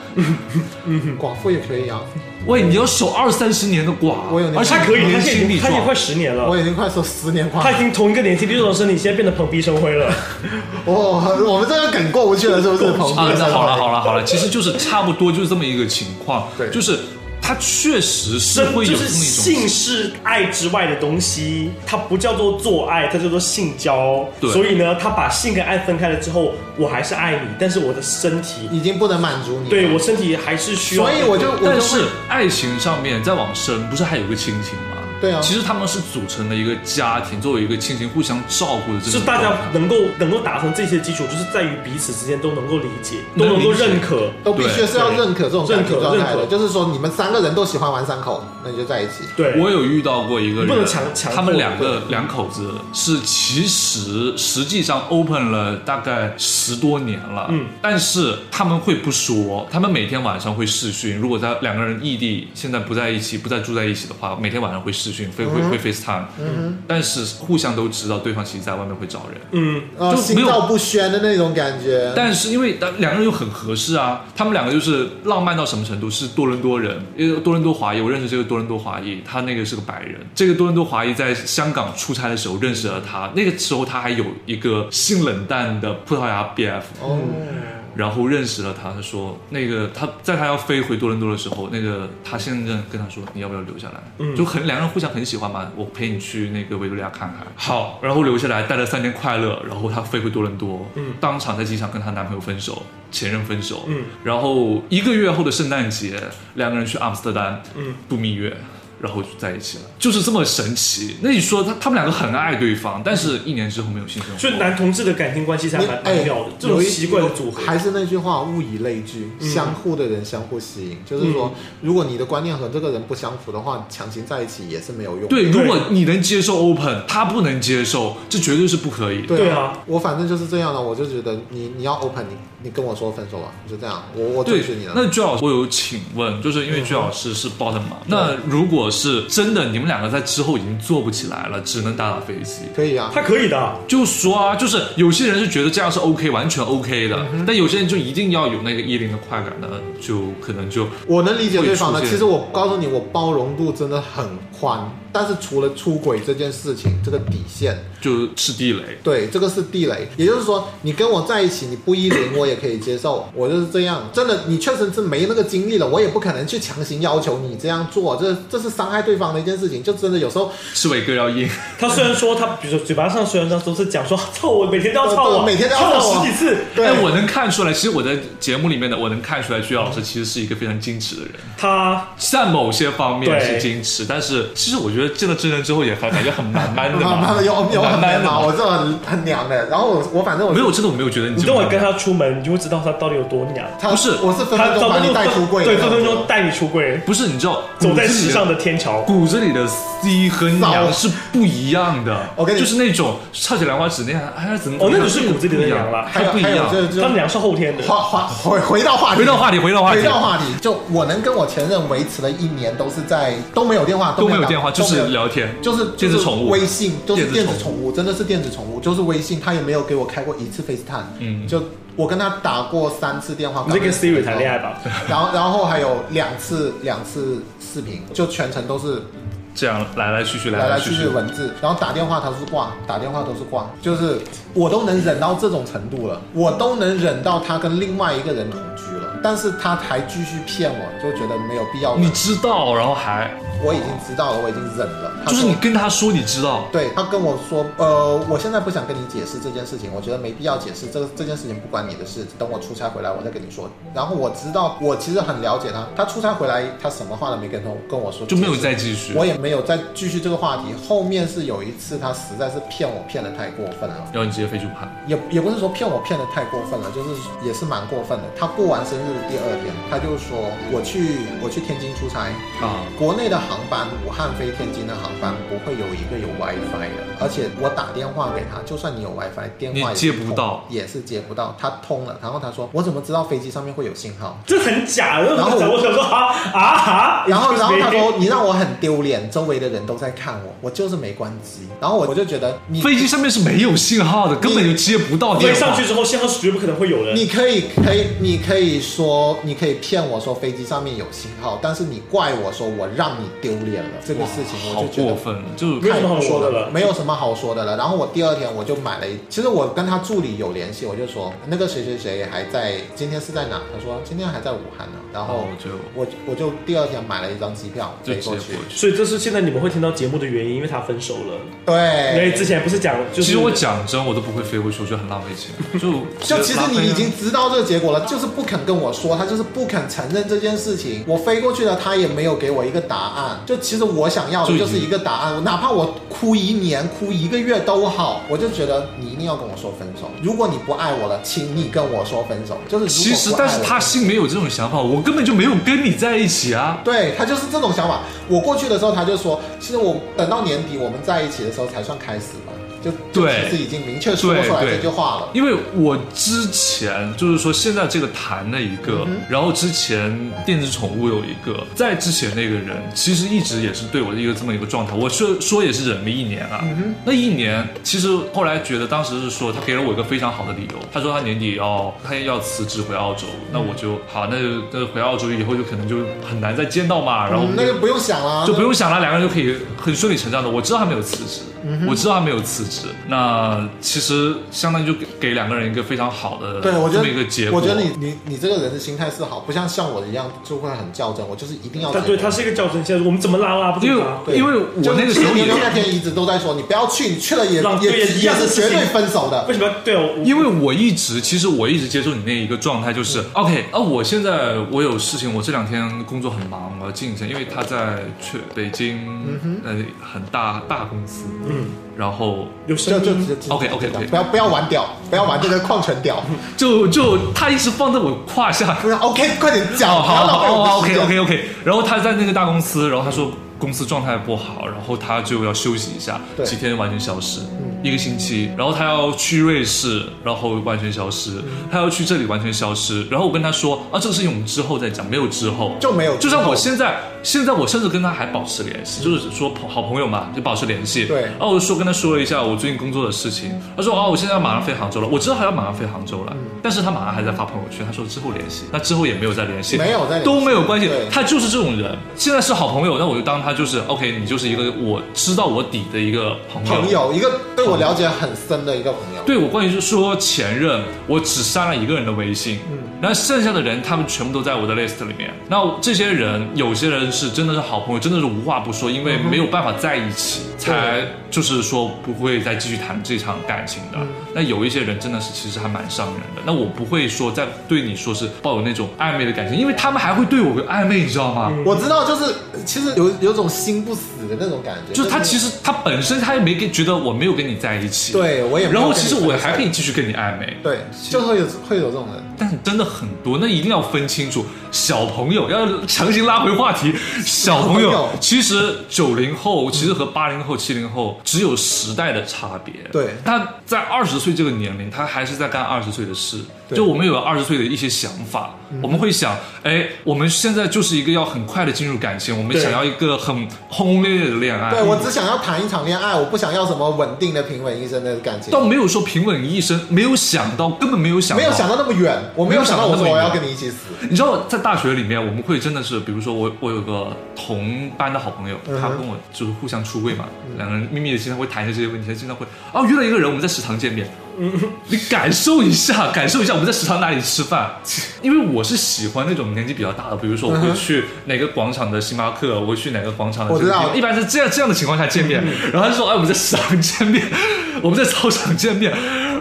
S3: 寡妇也可以啊，
S2: 嗯
S4: 喂，你要守二三十年的寡，
S3: 我有那
S4: 而且
S3: 种
S2: 他可以，
S4: 年
S2: 他现在
S4: 轻
S2: 已
S4: 力
S2: 经他已经
S4: 壮
S2: 快，十年了
S3: 我。已经快说十年
S4: 啊
S3: 寡
S2: 他已经从一个年轻力壮的身体，现在变得蓬荜生 辉了。
S3: 哦，我们这个梗过不去了，是不是？彭
S4: 啊，
S3: 总
S4: 那好了好了好了，其实就是差不多就是这么一个情况，
S3: 对
S4: 就是它确实是
S2: 真
S4: 会有
S2: 就
S4: 这么
S2: 是
S4: 一
S2: 性
S4: 种。
S2: 是爱之外的东西，它不叫做做爱，它叫做性交。
S4: 对
S2: 所以呢，他把性跟爱分开了之后，我还是爱你，但是我的身体，
S4: 嗯
S3: 已经不能满足你。
S2: 对我身体还是需要。
S3: 所以我就我就
S4: 但
S3: 会
S4: 是爱情上面再往深，不是还有个亲情吗？
S3: 对啊
S4: 其实他们是组成了一个家庭，作为一个亲情互相照顾的这
S2: 是
S4: 种
S2: 大家能够能够达成这些基础，就是在于彼此之间都能够理解，都
S4: 能
S2: 能够
S4: 理解
S2: 认可。
S3: 都必须是要认可这种
S2: 对
S3: 感情状态
S2: 认可
S3: 的，
S2: 认可
S3: 就是说你们三个人都喜欢玩山口，那你就在一起。
S2: 对，
S4: 我有遇到过一个人，
S2: 你不能强强迫
S4: 他们两个两口子是其实实际上 open 了大概十多年了，
S2: 嗯，
S4: 但是他们会不说，他们每天晚上会视讯。如果在两个人异地，现在不在一起，不再住在一起的话，每天晚上会视讯，会会会 FaceTime，嗯，但是互相都知道对方其实在外面会找人，
S2: 嗯，
S3: 呃，
S4: 就没
S3: 心
S4: 有
S3: 照不宣的那种感觉。
S4: 但是因为两个人又很合适啊，他们两个就是浪漫到什么程度？是多伦多人，因为多伦多华裔，我认识这个多伦多华裔，他那个是个白人。这个多伦多华裔在香港出差的时候认识了他，那个时候他还有一个性冷淡的葡萄牙 BF，
S3: 哦，
S4: 然后认识了他。他说那个他在他要飞回多伦多的时候，那个他现任跟他说你要不要留下来？就很两个人互相很喜欢嘛，我陪你去那个维多利亚看看。好，然后留下来带了三天快乐，然后他飞回多伦多，当场在机场跟她男朋友分手，前任分手，然后一个月后的圣诞节，两个人去阿姆斯特丹，度蜜月。然后就在一起了，就是这么神奇。那你说他他们两个很爱对方，但是一年之后没有性生活，
S2: 所以男同志的感情关系是还
S3: 你
S2: 蛮蛮妙的，这种
S3: 哎有一
S2: 奇怪的组合。
S3: 还是那句话，物以类聚，相互的人相互吸引。就是说，
S2: 嗯
S3: 如果你的观念和这个人不相符的话，强行在一起也是没有用。
S4: 对，
S2: 对啊
S4: 如果你能接受 open，他不能接受，这绝对是不可以的。
S2: 对啊，
S3: 我反正就是这样的，我就觉得你你要 open，你你跟我说分手吧，你就这样，我我
S4: 对
S3: 准许你了。啊嗯
S4: 那鞠老师，我有请问，就是因为鞠老师是 bottom 嘛，那如果是真的，你们两个在之后已经做不起来了，只能打打飞机。
S3: 可以啊，
S2: 他可以的，
S4: 就说啊，就是有些人是觉得这样是 OK，完全 OK 的，
S3: 嗯
S4: 但有些人就一定要有那个依恋的快感的，就可能就
S3: 我能理解对方的。
S4: 会出现
S3: 其实我告诉你，我包容度真的很宽，但是除了出轨这件事情，这个底线，
S4: 就吃地雷。
S3: 对，这个是地雷。也就是说，你跟我在一起，你不依零，我也可以接受，我就是这样。真的，你确实是没那个精力了，我也不可能去强行要求你这样做， 这这是伤害对方的一件事情。就真的有时候，
S4: 是伟哥要硬，
S2: 他虽然说他，比如说嘴巴上虽然上都是讲说操我，每天都要
S3: 对
S2: 操我，
S3: 对每天都要
S2: 操
S3: 操
S2: 我
S3: 我
S2: 十几次，
S3: 对
S4: 但我能看出来，其实我在节目里面的我能看出来，鞠老师其实是一个非常矜持的人。
S2: 他
S4: 在某些方面
S2: 对
S4: 是矜持，但是其实我觉得见了真人之后也还感觉很蛮蛮的
S3: 妈
S4: 嘛，
S3: 妈的有有很
S4: 蛮蛮
S3: 难
S4: 的
S3: 嘛，
S4: 嘛。
S3: 我这很很娘的。然后我我反正我
S4: 没有，真的我没有觉得你
S2: 你
S4: 这
S2: 等
S4: 么
S2: 我跟他出门，你就会知道他到底有多娘。
S3: 他
S4: 不是
S3: 我是分
S2: 他
S3: 分钟把你带出柜的
S2: 对，
S3: 那
S2: 分
S3: 种，
S2: 分钟带你出柜，
S4: 不是你知道
S2: 走在
S4: 骨子
S2: 时
S4: 里的
S2: 尚的天
S3: 嗯
S2: 桥。
S4: 骨子里的 C 和娘是不一样的，
S3: 我跟你
S4: 就是那种翘起兰花指那样，哎怎么
S2: 哦那只是骨子里的娘啦
S4: 还不一
S3: 还有
S4: 样
S3: 还。有就
S2: 他
S3: 就
S2: 们俩是后天的，
S3: 话话回回到话题，
S4: 回到话题，回到话题
S3: 回，到话题，就我能跟我前任维持了一年，都是在都没有电话，
S4: 都没
S3: 有
S4: 有
S3: 打
S4: 电话，就
S3: 都没有
S4: 是聊天，
S3: 就是
S4: 电子宠物
S3: 就是微信就是
S4: 电
S3: 电
S4: 子
S3: 子
S4: 宠
S3: 宠物，真的是电子宠物，就是微信，他也没有给我开过一次 FaceTime，
S4: 嗯
S3: 就我跟他打过三次电话，
S2: 你在跟 Siri 谈恋爱吧？
S3: 然后然后还有两次两次视频，就全程都是
S4: 这样来来去去，
S3: 来
S4: 来
S3: 来
S4: 去
S3: 去去文字，然后打电话他是挂，打电话都是挂，就是我都能忍到这种程度了，我都能忍到他跟另外一个人同居了，但是他还继续骗我，就觉得没有必要了
S4: 你知道，然后还
S3: 我已经知道了，我已经忍了，他
S4: 就是
S3: 说
S4: 你跟他说你知道，
S3: 对他跟我说，呃，我现在不想跟你解释这件事情，我觉得没必要解释这个这件事情，不关你的事，等我出差回来我再跟你说。然后我知道，我其实很了解他，他出差回来他什么话都没跟我跟我说，
S4: 就没有
S3: 解释
S4: 再继续。
S3: 我也没有再继续这个话题。后面是有一次他实在是骗我骗的太过分了。
S4: 然后你直接飞去拍。
S3: 也也不是说骗我骗的太过分了，就是也是蛮过分的。他过完生日第二天，他就说我去我去天津出差
S4: 啊
S3: 国内的航班，武汉飞天津的航班不会有一个有 WiFi 的，而且我打电话给他，就算你有 WiFi，电话
S4: 你
S3: 也
S4: 接
S3: 通
S4: 不到
S3: 也是接不到。他通了，然后他说我怎么知道飞机上面会有信号？
S2: 这很假，然
S3: 然后
S2: 我想说啊啊哈，
S3: 然后，然后他
S2: Excuse
S3: 说
S2: me
S3: 你让我很丢脸，周围的人都在看我，我就是没关机。然后我我就觉得你
S4: 飞机上面是没有信号的，根本就接不到电
S2: 飞
S4: 话。
S2: 上去之后，信号是绝不可能会有人。
S3: 你可以可以，你可以说，你可以骗我说飞机上面有信号，但是你怪我说我让你丢脸了这个事情，我
S4: 好
S3: 就觉
S4: 过
S3: 得
S4: 分，就
S2: 没有什么好说的了。
S3: 没有什么好说的了。然后我第二天我就买了一，其实我跟他助理有联系，我就说那个谁谁谁还在，今天是在哪？他说今天还在武汉呢。然后
S4: 哦就
S3: 我我就第二天买了一张机票
S4: 就
S3: 飞
S4: 直接
S3: 过
S4: 过
S3: 去。
S4: 去。
S2: 所以这是现在你们会听到节目的原因，因为他分手了。因为
S3: 对，
S2: 之前不是讲，就是
S4: 其实我讲真，我都不会飞回去，我觉得很浪费钱。就
S3: 就其实你已
S4: 浪费啊
S3: 经知道这个结果了，就是不肯跟我说，他就是不肯承认这件事情。我飞过去了，他也没有给我一个答案。就其实我想要的
S4: 就已
S3: 就是
S4: 经
S3: 一个答案，哪怕我哭一年、哭一个月都好，我就觉得你一定要跟我说分手。如果你不爱我了，请你跟我说分手。就是如果
S4: 其实
S3: 不，爱
S4: 但是
S3: 我
S4: 他心没有这种想法，我根本就没有跟你在一起啊。
S3: 对他就是这种想法。我过去的时候，他就说，其实我等到年底我们在一起的时候才算开始嘛，就就
S4: 对
S3: 其实已经明确说出来
S4: 对
S3: 这
S4: 对
S3: 句话了。
S4: 因为我之前就是说现在这个谈了一个，
S3: 嗯
S4: 然后之前电子宠物有一个，在之前那个人其实一直也是对我的一个这么一个状态，我说说也是忍了一年啊。
S3: 嗯
S4: 那一年其实后来觉得当时是说他给了我一个非常好的理由，他说他年底要他要辞职回澳洲，那我就好，那就那回澳洲以后就可能就很难再见到嘛，然后我
S3: 嗯
S4: 们
S3: 那就不用想了，
S4: 就不用想了，两个人就可以很顺理成章的。我知道他没有辞职，
S3: 嗯
S4: 我知道他没有辞职。那其实相当于就给给两个人一个非常好的
S3: 对，我觉
S4: 这
S3: 得
S4: 么一个结果。
S3: 我觉得你你你这个人的心态是好，不像像我的一样就会很较真，我就是一定要
S2: 他对
S3: 结婚
S2: 他是一个较真现在我们怎么拉拉不
S4: 因
S2: 住
S4: 为
S2: 他？
S3: 对
S4: 因为我
S3: 就是
S4: 那个时候
S3: 牛
S4: 也
S3: 牛那天一直都在说，你不要去，你去了也
S2: 浪费
S3: 也
S2: 一样
S3: 是
S2: 的事
S3: 绝
S2: 情
S3: 对分手的
S2: 为。什么要对哦我？
S4: 因为我一直，其实我一直接受你那一个状态，就是、OK 啊，我现在我有事情，我这两天工作很忙，我要静一下，因为他在去北京，
S3: 嗯
S4: 呃，很大大公司，
S2: 嗯，
S4: 然后
S2: 有
S3: 就
S2: 声
S3: 就
S2: 音，
S3: 就
S4: OK，OK，OK
S3: 不要不要玩屌，不要玩这个矿泉屌，
S4: 嗯就就他一直放在我胯下，
S3: 不是 OK，快点讲，
S4: 哦，
S3: 不要
S4: 好
S3: 浪费
S4: 好
S3: 我
S4: 好
S3: 们时
S4: ，OK
S3: 间
S4: OK OK。然后他在那个大公司，然后他说公司状态不好，然后他就要休息一下
S3: 对，
S4: 几天完全消失，一个星期。然后他要去瑞士，然后完全消失，他要去这里完全消失。然后我跟他说啊，这个事情我们之后再讲，没有之后
S3: 就没有之
S4: 就
S3: 后
S4: 像我现在，现在我甚至跟他还保持联系，就是说朋好朋友嘛，就保持联系。
S3: 对
S4: 然后我就说跟他说了一下我最近工作的事情，他说哦，我现在要马上飞杭州了，我知道他要马上飞杭州了，但是他马上还在发朋友圈，他说之后联系，那之后也没有再联系，
S3: 没有再联系
S4: 都没有关系
S3: 对，
S4: 他就是这种人。现在是好朋友，那我就当他就是 OK，你就是一个我知道我底的一个朋友。
S3: 朋友，一个对我了解很深的一个朋友。
S4: 对我关于是说前任，我只删了一个人的微信，
S3: 嗯
S4: 那剩下的人他们全部都在我的 list 里面。那这些人，有些人是真的是好朋友，真的是无话不说，因
S3: 嗯
S4: 为没有办法在一起，才就是说不会再继续谈这场感情
S3: 嗯
S4: 的。那有一些人真的是其实还蛮伤人的。那我不会说再对你说是抱有那种暧昧的感情，因为他们还会对我有暧昧，你知道吗？
S3: 我知道，就是其实有有种心不死的那种感觉，
S4: 就是他其
S3: 实
S4: 实他本身他也没跟觉得我没有跟你在一起，
S3: 对我也没有
S4: 然后
S3: 跟你
S4: 其实
S3: 分
S4: 我
S3: 手
S4: 还可以继续跟你暧昧，
S3: 对，就会有会有这种人。
S4: 但是真的很多，那一定要分清楚。小朋友要强行拉回话题，小朋
S3: 小朋友
S4: 友其实九零后其实和八零后、七零后只有时代的差别。
S3: 对
S4: 他在二十岁这个年龄，他还是在干二十岁的事。
S3: 对嗯
S4: 就我们有二十岁的一些想法，我们会想，哎，我们现在就是一个要很快的进入感情，我们
S2: 对
S4: 想要一个很轰轰烈烈的恋爱。
S3: 对我只想要谈一场恋爱，我不想要什么稳定的平稳一生的感情。
S4: 倒没有说平稳一生，没有想到，根本没有想到，
S3: 没有想到那么远，我没有想到我说我要跟你一起死。
S4: 你知道在大学里面，我们会真的是，比如说我我有个同班的好朋友，
S3: 嗯
S4: 他跟我就是互相出柜嘛，两个人秘密的经常会谈一些这些问题，他经常会哦约了一个人，我们在食堂见面，
S3: 嗯
S4: 你感受一下，感受一下我们在食堂哪里吃饭， 因为我是喜欢那种年纪比较大的，比如说我会去哪个广场的星巴克，我会去哪个广场
S3: 嗯
S4: 的
S3: 我知道
S4: 这个地方一般是这样这样的情况下见面，然后他就说哎我们在食堂见面， 我们在操场见面，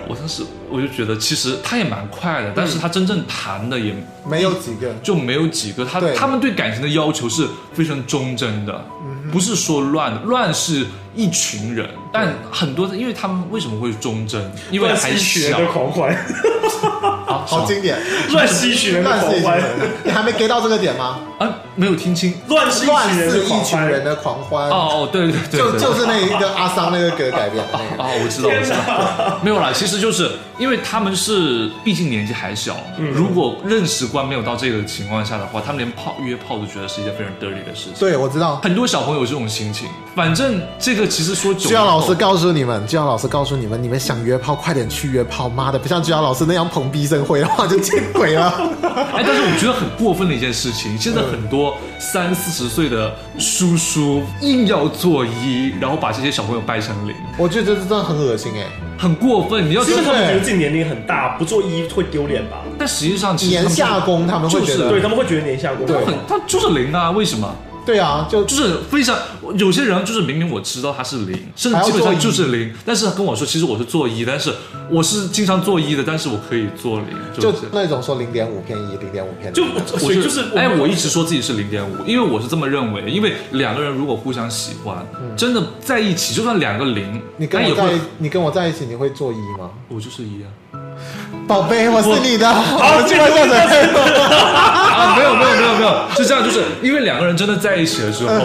S4: 我当时我就觉得其实他也蛮快的，但是他真正谈的也。
S3: 没有几个，
S4: 就没有几个他
S3: 对
S4: 他们对感情的要求是非常忠贞的，
S3: 嗯
S4: 不是说乱的乱是一群人，但很多的，因为他们为什么会忠贞？因为
S2: 乱
S4: 还
S2: 吸血
S4: 小
S2: 的狂欢，
S4: 啊，
S3: 好
S4: 是吗
S3: 经典。
S2: 乱吸血的
S3: 乱世
S2: 狂
S3: 一群
S2: 欢，
S3: 人，你还没 get 到这个点吗？
S4: 啊，没有听清
S2: 乱世
S3: 乱
S2: 一群人
S3: 世
S2: 的
S3: 一
S2: 狂
S3: 群
S2: 欢。
S3: 人的狂欢，
S4: 哦哦，对对对，
S3: 就
S4: 对
S3: 就是那一个阿桑那个歌改编的那个。
S4: 啊，我知道，我知道，没有啦。其实就是因为他们是，毕竟年纪还小，
S3: 嗯
S4: 如果认识观没有到这个情况下的话，他们连泡约炮都觉得是一件非常 dirty 的事情。
S3: 对，我知道。
S4: 很多小朋友有这种心情。反正这个其实说久，
S3: 居阳老师告诉你们，居阳老师告诉你们，你们想约炮，快点去约炮！妈的，不像居阳老师那样捧逼生灯会的话就见鬼了。
S4: 哎，但是我觉得很过分的一件事情，现在
S3: 嗯
S4: 很多三四十岁的叔叔硬要做揖，然后把这些小朋友掰成零，
S3: 我觉得这真的很恶心哎、
S4: 很过分。你要
S2: 是
S4: 知
S2: 因为
S4: 道，
S2: 他们觉得自己年龄很大，不做一会丢脸吧？
S4: 但实际上其实他
S3: 年
S4: 们
S3: 下攻他们会觉
S4: 就
S3: 得，
S4: 是
S2: 对他们会觉得年下过
S3: 对
S4: 很，他就是零啊，为什么？
S3: 对啊，就
S4: 就是非常，有些人就是明明我知道他是零，甚至基本上就是零，但是他跟我说其实我是做一，但是我是经常做一的，但是我可以做零，就。
S3: 就是那种说零点五偏一、零点五偏
S2: 就
S3: 零
S2: 所以就是
S4: 哎，我一直说自己是零点五，因为我是这么认为。因为两个人如果互相喜欢，真的在一起，就算两个零，
S3: 嗯你跟
S4: 那
S3: 我
S4: 也
S3: 在
S4: 会，
S3: 你跟我在一起，你会做一吗？
S4: 我就是一啊。
S3: 宝贝，我是你的，好
S2: 这
S3: 这
S2: 个
S3: 个叫什么？
S4: 啊，没有没有没有没有，是这样，就是因为两个人真的在一起了
S3: 嗯
S4: 之后，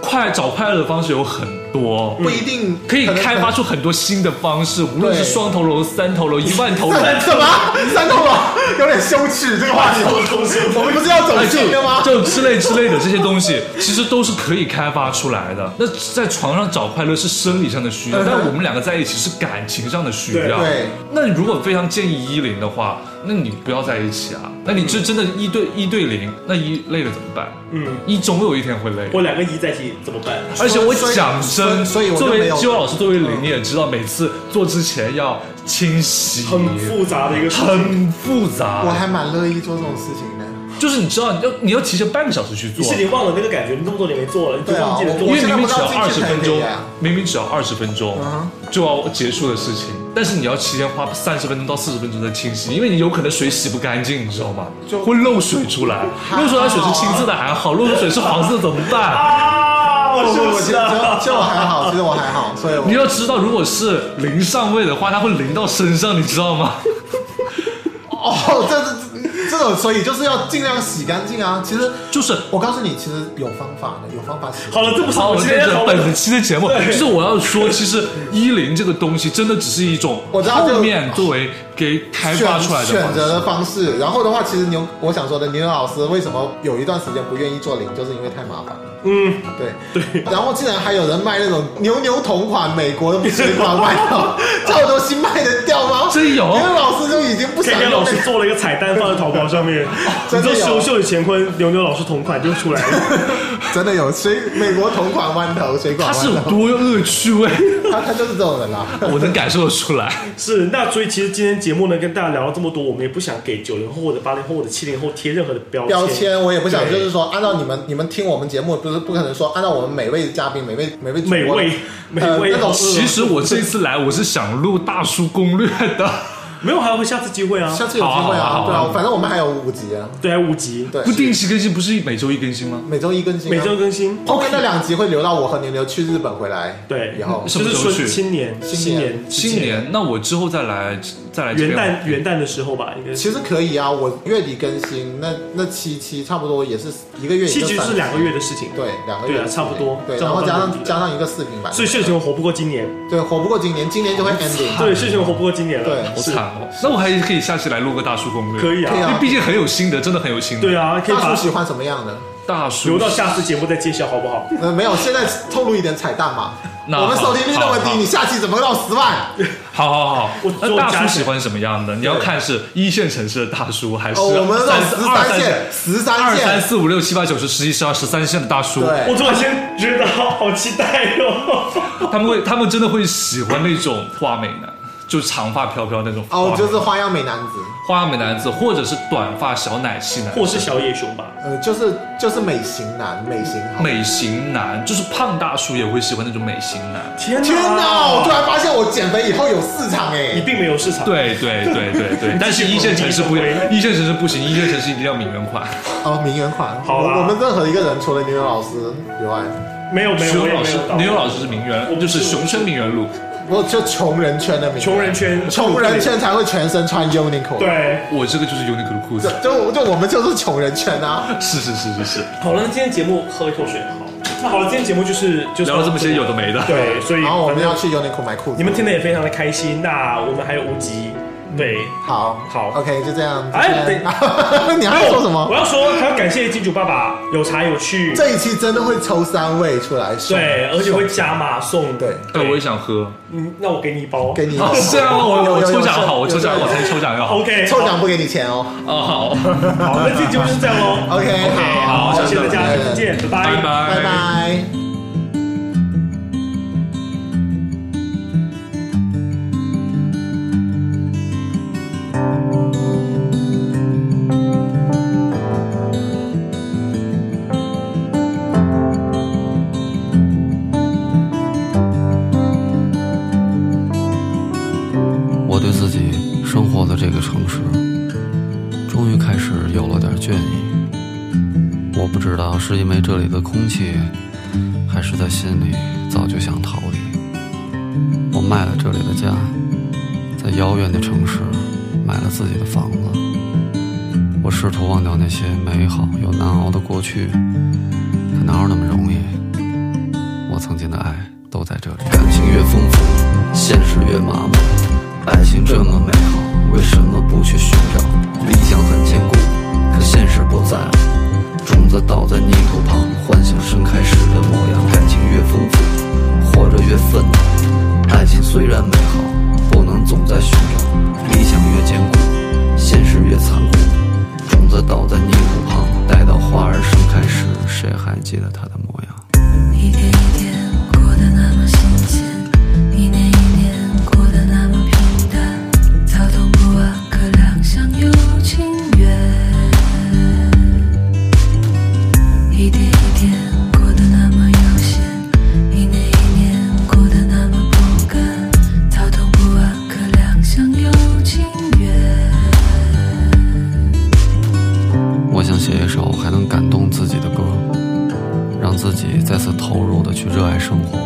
S4: 快找快乐的方式有很多，
S3: 不一定
S4: 可以
S3: 嗯能
S4: 开发出很多新的方式，无论是
S3: 对
S4: 双头龙、三头龙、一万头龙。
S3: 什么三头龙，有点羞耻这个话题。我们不是要走
S4: 哎，
S3: 进的吗？
S4: 就之类之类的这些东西，其实都是可以开发出来的。那在床上找快乐是生理上的需要，
S3: 嗯哼
S4: 但我们两个在一起是感情上的需要。
S3: 对对
S4: 那如果非常建议一零的话，那你不要在一起啊。那你这真的一对一对零，那一累了怎么办？
S2: 嗯，
S4: 一总有一天会累。
S2: 我两个一在一起怎么办？
S4: 而且我
S3: 所以
S4: 讲真，
S3: 所以所以我就
S4: 作
S3: 没
S4: 为
S3: 有嗯
S4: 基友老师，作为零，你也知道，每次做之前要清洗，
S2: 很复杂的一个事情。
S4: 很复杂。
S3: 我还蛮乐意做这种事情的。
S4: 就是你知道，你要你要提前半个小时去
S2: 你
S4: 做。啊
S2: 是已经忘了那个感觉，你那么多年没做了，你就
S3: 对啊
S2: 忘记了做
S4: 因
S3: 我
S4: 为
S3: 现在
S4: 明明只要
S3: 不知道
S4: 二
S3: 自己
S4: 十
S3: 才
S4: 分
S3: 可以
S4: 钟
S3: 啊，嗯
S4: 明明只要二十分钟
S3: 哼
S4: 就要结束的事情，但是你要提前花三十分钟到四十分钟在清洗，因为你有可能水洗不干净，你知道吗？
S3: 就
S4: 会漏水出来，
S3: 好
S4: 漏出来水是青色的还好，漏出水是黄色的怎么办？
S2: 啊！我
S3: 不不不，
S2: 休
S3: 其
S2: 息
S3: 实
S2: 了。
S3: 其实我还好，其实我还好，所以我
S4: 你要知道，如果是淋上位的话，它会淋到身上，你知 道吗？
S3: 哦，这这这种，所以就是要尽量洗干净啊。其实
S4: 就是
S3: 我告诉你，其实有方法的，有方法洗。
S2: 好了，这不是
S4: 好，
S2: 我
S4: 我
S2: 们今
S4: 这
S2: 天要讨
S4: 是
S2: 论
S4: 本
S2: 的。
S4: 期的节目，
S2: 对
S4: 就是我要说，其实一零这个东西真的只是一种
S3: 我知道就
S4: 后面作为给开
S3: 选
S4: 发出来的
S3: 选
S4: 方式
S3: 择。的方式。然后的话，其实牛，我想说的，牛老师为什么有一段时间不愿意做零，就是因为太麻烦。
S2: 嗯，
S3: 对对。然后竟然还有人卖那种牛牛同款美国的水款外 套，这多新卖的掉吗？
S4: 真有
S3: 牛老师就已经不想
S2: K K
S3: 用
S2: 老
S3: 那
S2: 师
S3: 个。
S2: 做了一个彩蛋放在淘宝上面，你
S3: 真的
S2: 知道秀
S3: 有
S2: 秀与乾坤、牛牛老师同款就出来了。
S3: 真的有水美国同款弯头水管
S4: 它
S3: 弯
S4: 是有
S3: 头，
S4: 多恶趣味，
S3: 他他就是这种人啦、
S4: 我能感受得出来。
S2: 是，那所以其实今天节目呢，跟大家聊了这么多，我们也不想给九零后、或者八零后、或者七零后贴任何的标
S3: 标签我也不想，
S2: 对
S3: 就是说，按照你们你们听我们节目，不是不可能说按照我们每位嘉宾、每位每位主播
S2: 美味美
S3: 呃
S2: 味
S3: 那种
S2: 好饿
S4: 其实我这次来，我是想录大叔攻略的，
S2: 没有，还有下次机会啊，
S3: 下次有机
S4: 好
S3: 会
S4: 啊好
S3: 啊
S4: 啊，
S3: 对
S4: 好
S3: 啊
S4: 啊，
S3: 反正我们还有五集啊，
S2: 对，还有五集，
S3: 对
S4: 不，定期更新，不是每周一更新吗？
S3: 每周一更新啊，
S2: 每周更新。
S3: 后面那两集会留到我和牛牛去日本回来，
S2: 对
S3: 以后
S4: 什
S2: 就
S4: 么
S2: 是
S4: 时候去
S2: 春新年，
S3: 新年
S2: 年之前，
S4: 新年，那我之后再来，再来这
S2: 元
S4: 边
S2: 旦元旦的时候吧，应该
S3: 其实可以啊，我月底更新，那那七期差不多也是一个月，
S2: 其实
S3: 也
S2: 就是两个月的事情。
S3: 对，两个月
S2: 对啊差不多
S3: 对，
S2: 正
S3: 然
S2: 好
S3: 后加
S2: 半年
S3: 上
S2: 底
S3: 加上一个视频版，
S2: 所以秀秀活不过今年，
S3: 对，活不过今年，今年就会 ending，
S2: 对，秀秀活不过今年了，
S3: 对
S4: 好
S2: 是
S4: 惨哦。那我还可以下期来录个大叔攻略，
S2: 可以
S3: 可以
S2: 啊
S3: 啊，
S4: 因为毕竟很有心得，真的很有心得。
S2: 对，啊，可以
S3: 大
S2: 把
S3: 叔喜欢什么样的？
S4: 大叔
S2: 留到下次节目再揭晓，好不好？
S3: 呃，没有，现在透露一点彩蛋嘛。
S4: 那
S3: 我们收
S4: 好
S3: 听率那么
S4: 好好啊
S3: 低，你下期怎么到十万？
S4: 好好好
S2: 我，
S4: 那
S2: 我加
S4: 大
S2: 起来
S4: 叔喜欢什么样的？你要看是一线城市的大叔，还是
S3: 哦，我们那
S4: 三
S3: 种十
S4: 二
S3: 三线、十
S4: 二
S3: 三线，
S4: 三四五六七八九十十一十二十三线的大叔？
S2: 我
S3: 对，
S2: 突然间觉得好期待哦。
S4: 他们会，他们真的会喜欢那种花美男，就是长发飘飘那种花美
S3: 哦，
S4: 男。
S3: 就是花样美男子，
S4: 花美男子，或者是短发小奶系男，
S2: 或是小野熊吧，
S3: 呃，就是就是美型男，美型好。
S4: 美型男，就是胖大叔也会喜欢那种美型男。
S2: 天
S3: 天哪！我突然发现我减肥以后有市场
S2: 你
S3: 哎。
S2: 并没有市场，，
S4: 对对对对对，但是一线城市不，一线城市不行，一线城市一定要名媛款。
S3: 哦，名媛款。
S2: 好啦
S3: 我我们任何一个人除了牛牛老师啊以外，
S2: 没有没有，
S4: 熊
S2: 我也
S4: 老
S2: 没
S4: 师
S2: 有到，，
S4: 女友老师是名媛，就是熊村名媛路。
S3: 我就穷人圈的名媛。
S2: 穷人圈，
S3: 穷人圈才会全身穿 Uniqlo。。
S2: 对。
S4: 我这个就是 Uniqlo 的 裤子。
S3: 就就我们就是穷人圈啊！
S4: 是是是是是，
S2: 好了，那今天节目喝一口水，好。那好了，今天节目就是就是
S4: 聊了这么些有的没的。
S2: 对，所以
S3: 然后我们
S2: 反正
S3: 要去 Uniqlo 买裤子。
S2: 你们听得也非常的开心。那我们还有五集，对，
S3: 好，
S2: 好
S3: ，OK，就这样。就
S2: 哎
S3: 这样 你还要说什
S2: 哦我
S3: 么？
S2: 要说，还要感谢金主爸爸，有茶有趣，
S3: 这一期真的会抽三位出来送，
S2: 对，而且会加码送。
S3: 对
S4: 哎但我也想喝。
S2: 嗯，那我给你一包。
S3: 给你。
S4: 是啊，我我
S3: 有
S4: 抽奖好，我抽奖，我。
S3: 有有有
S4: 才抽奖要好。
S2: OK，
S3: 抽奖不给你钱哦。
S4: 哦，好，
S2: 好，好那这期节目就是这样喽。
S3: OK，
S4: 好
S2: 谢谢大家，
S3: 真
S2: 下次
S3: 的
S2: 见，拜
S4: 拜拜
S3: 拜拜。
S6: 我对自己生活的这个城市，终于开始有了点倦意。我不知道是因为这里的空气，还是在心里早就想逃离。我卖了这里的家，在遥远的城市买了自己的房子。我试图忘掉那些美好又难熬的过去，可哪有那么容易？我曾经的爱都在这里。感情越丰富，现实越麻木。爱情这么美好，为什么不去寻找？理想很坚固，可现实不在。种子倒在泥土旁，幻想盛开时的模样。感情越丰富，活着越愤怒。爱情虽然美好，不能总在寻找。理想越坚固，现实越残酷。种子倒在泥土旁，待到花儿盛开时，谁还记得它的模样？
S5: 一天一天过得那么新鲜，一年一年过得那么平淡，草动不啊，可两相又情远。一天一天过得那么悠闲，一年一年过得那么不甘，草动不啊，可两相又情远。
S6: 我想写一首还能感动自己的歌，让自己再次投入的去热爱生活。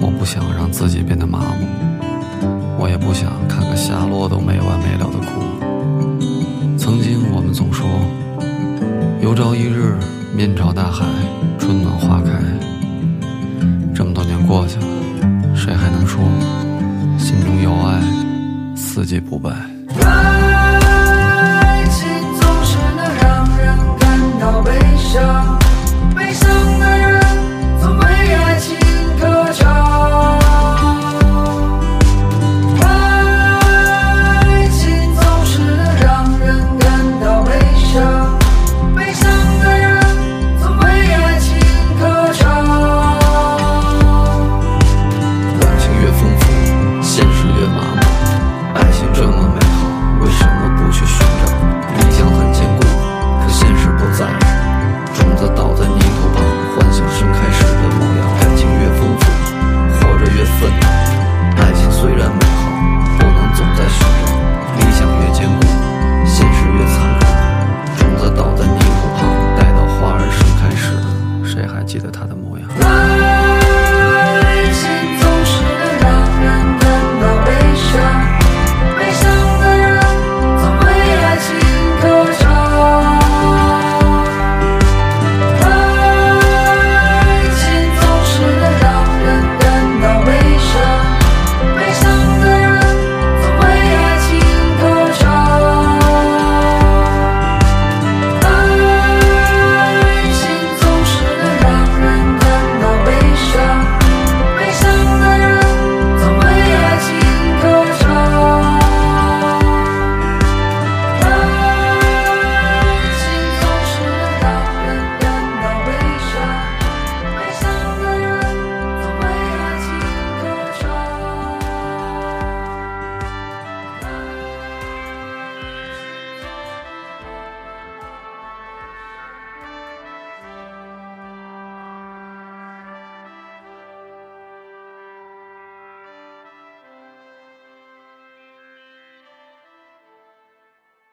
S6: 我不想让自己变得麻木，我也不想看个瞎落都没完没了的哭。曾经我们总说，有朝一日面朝大海，春暖花开。这么多年过去了，谁还能说心中有爱，四季不败？
S5: Run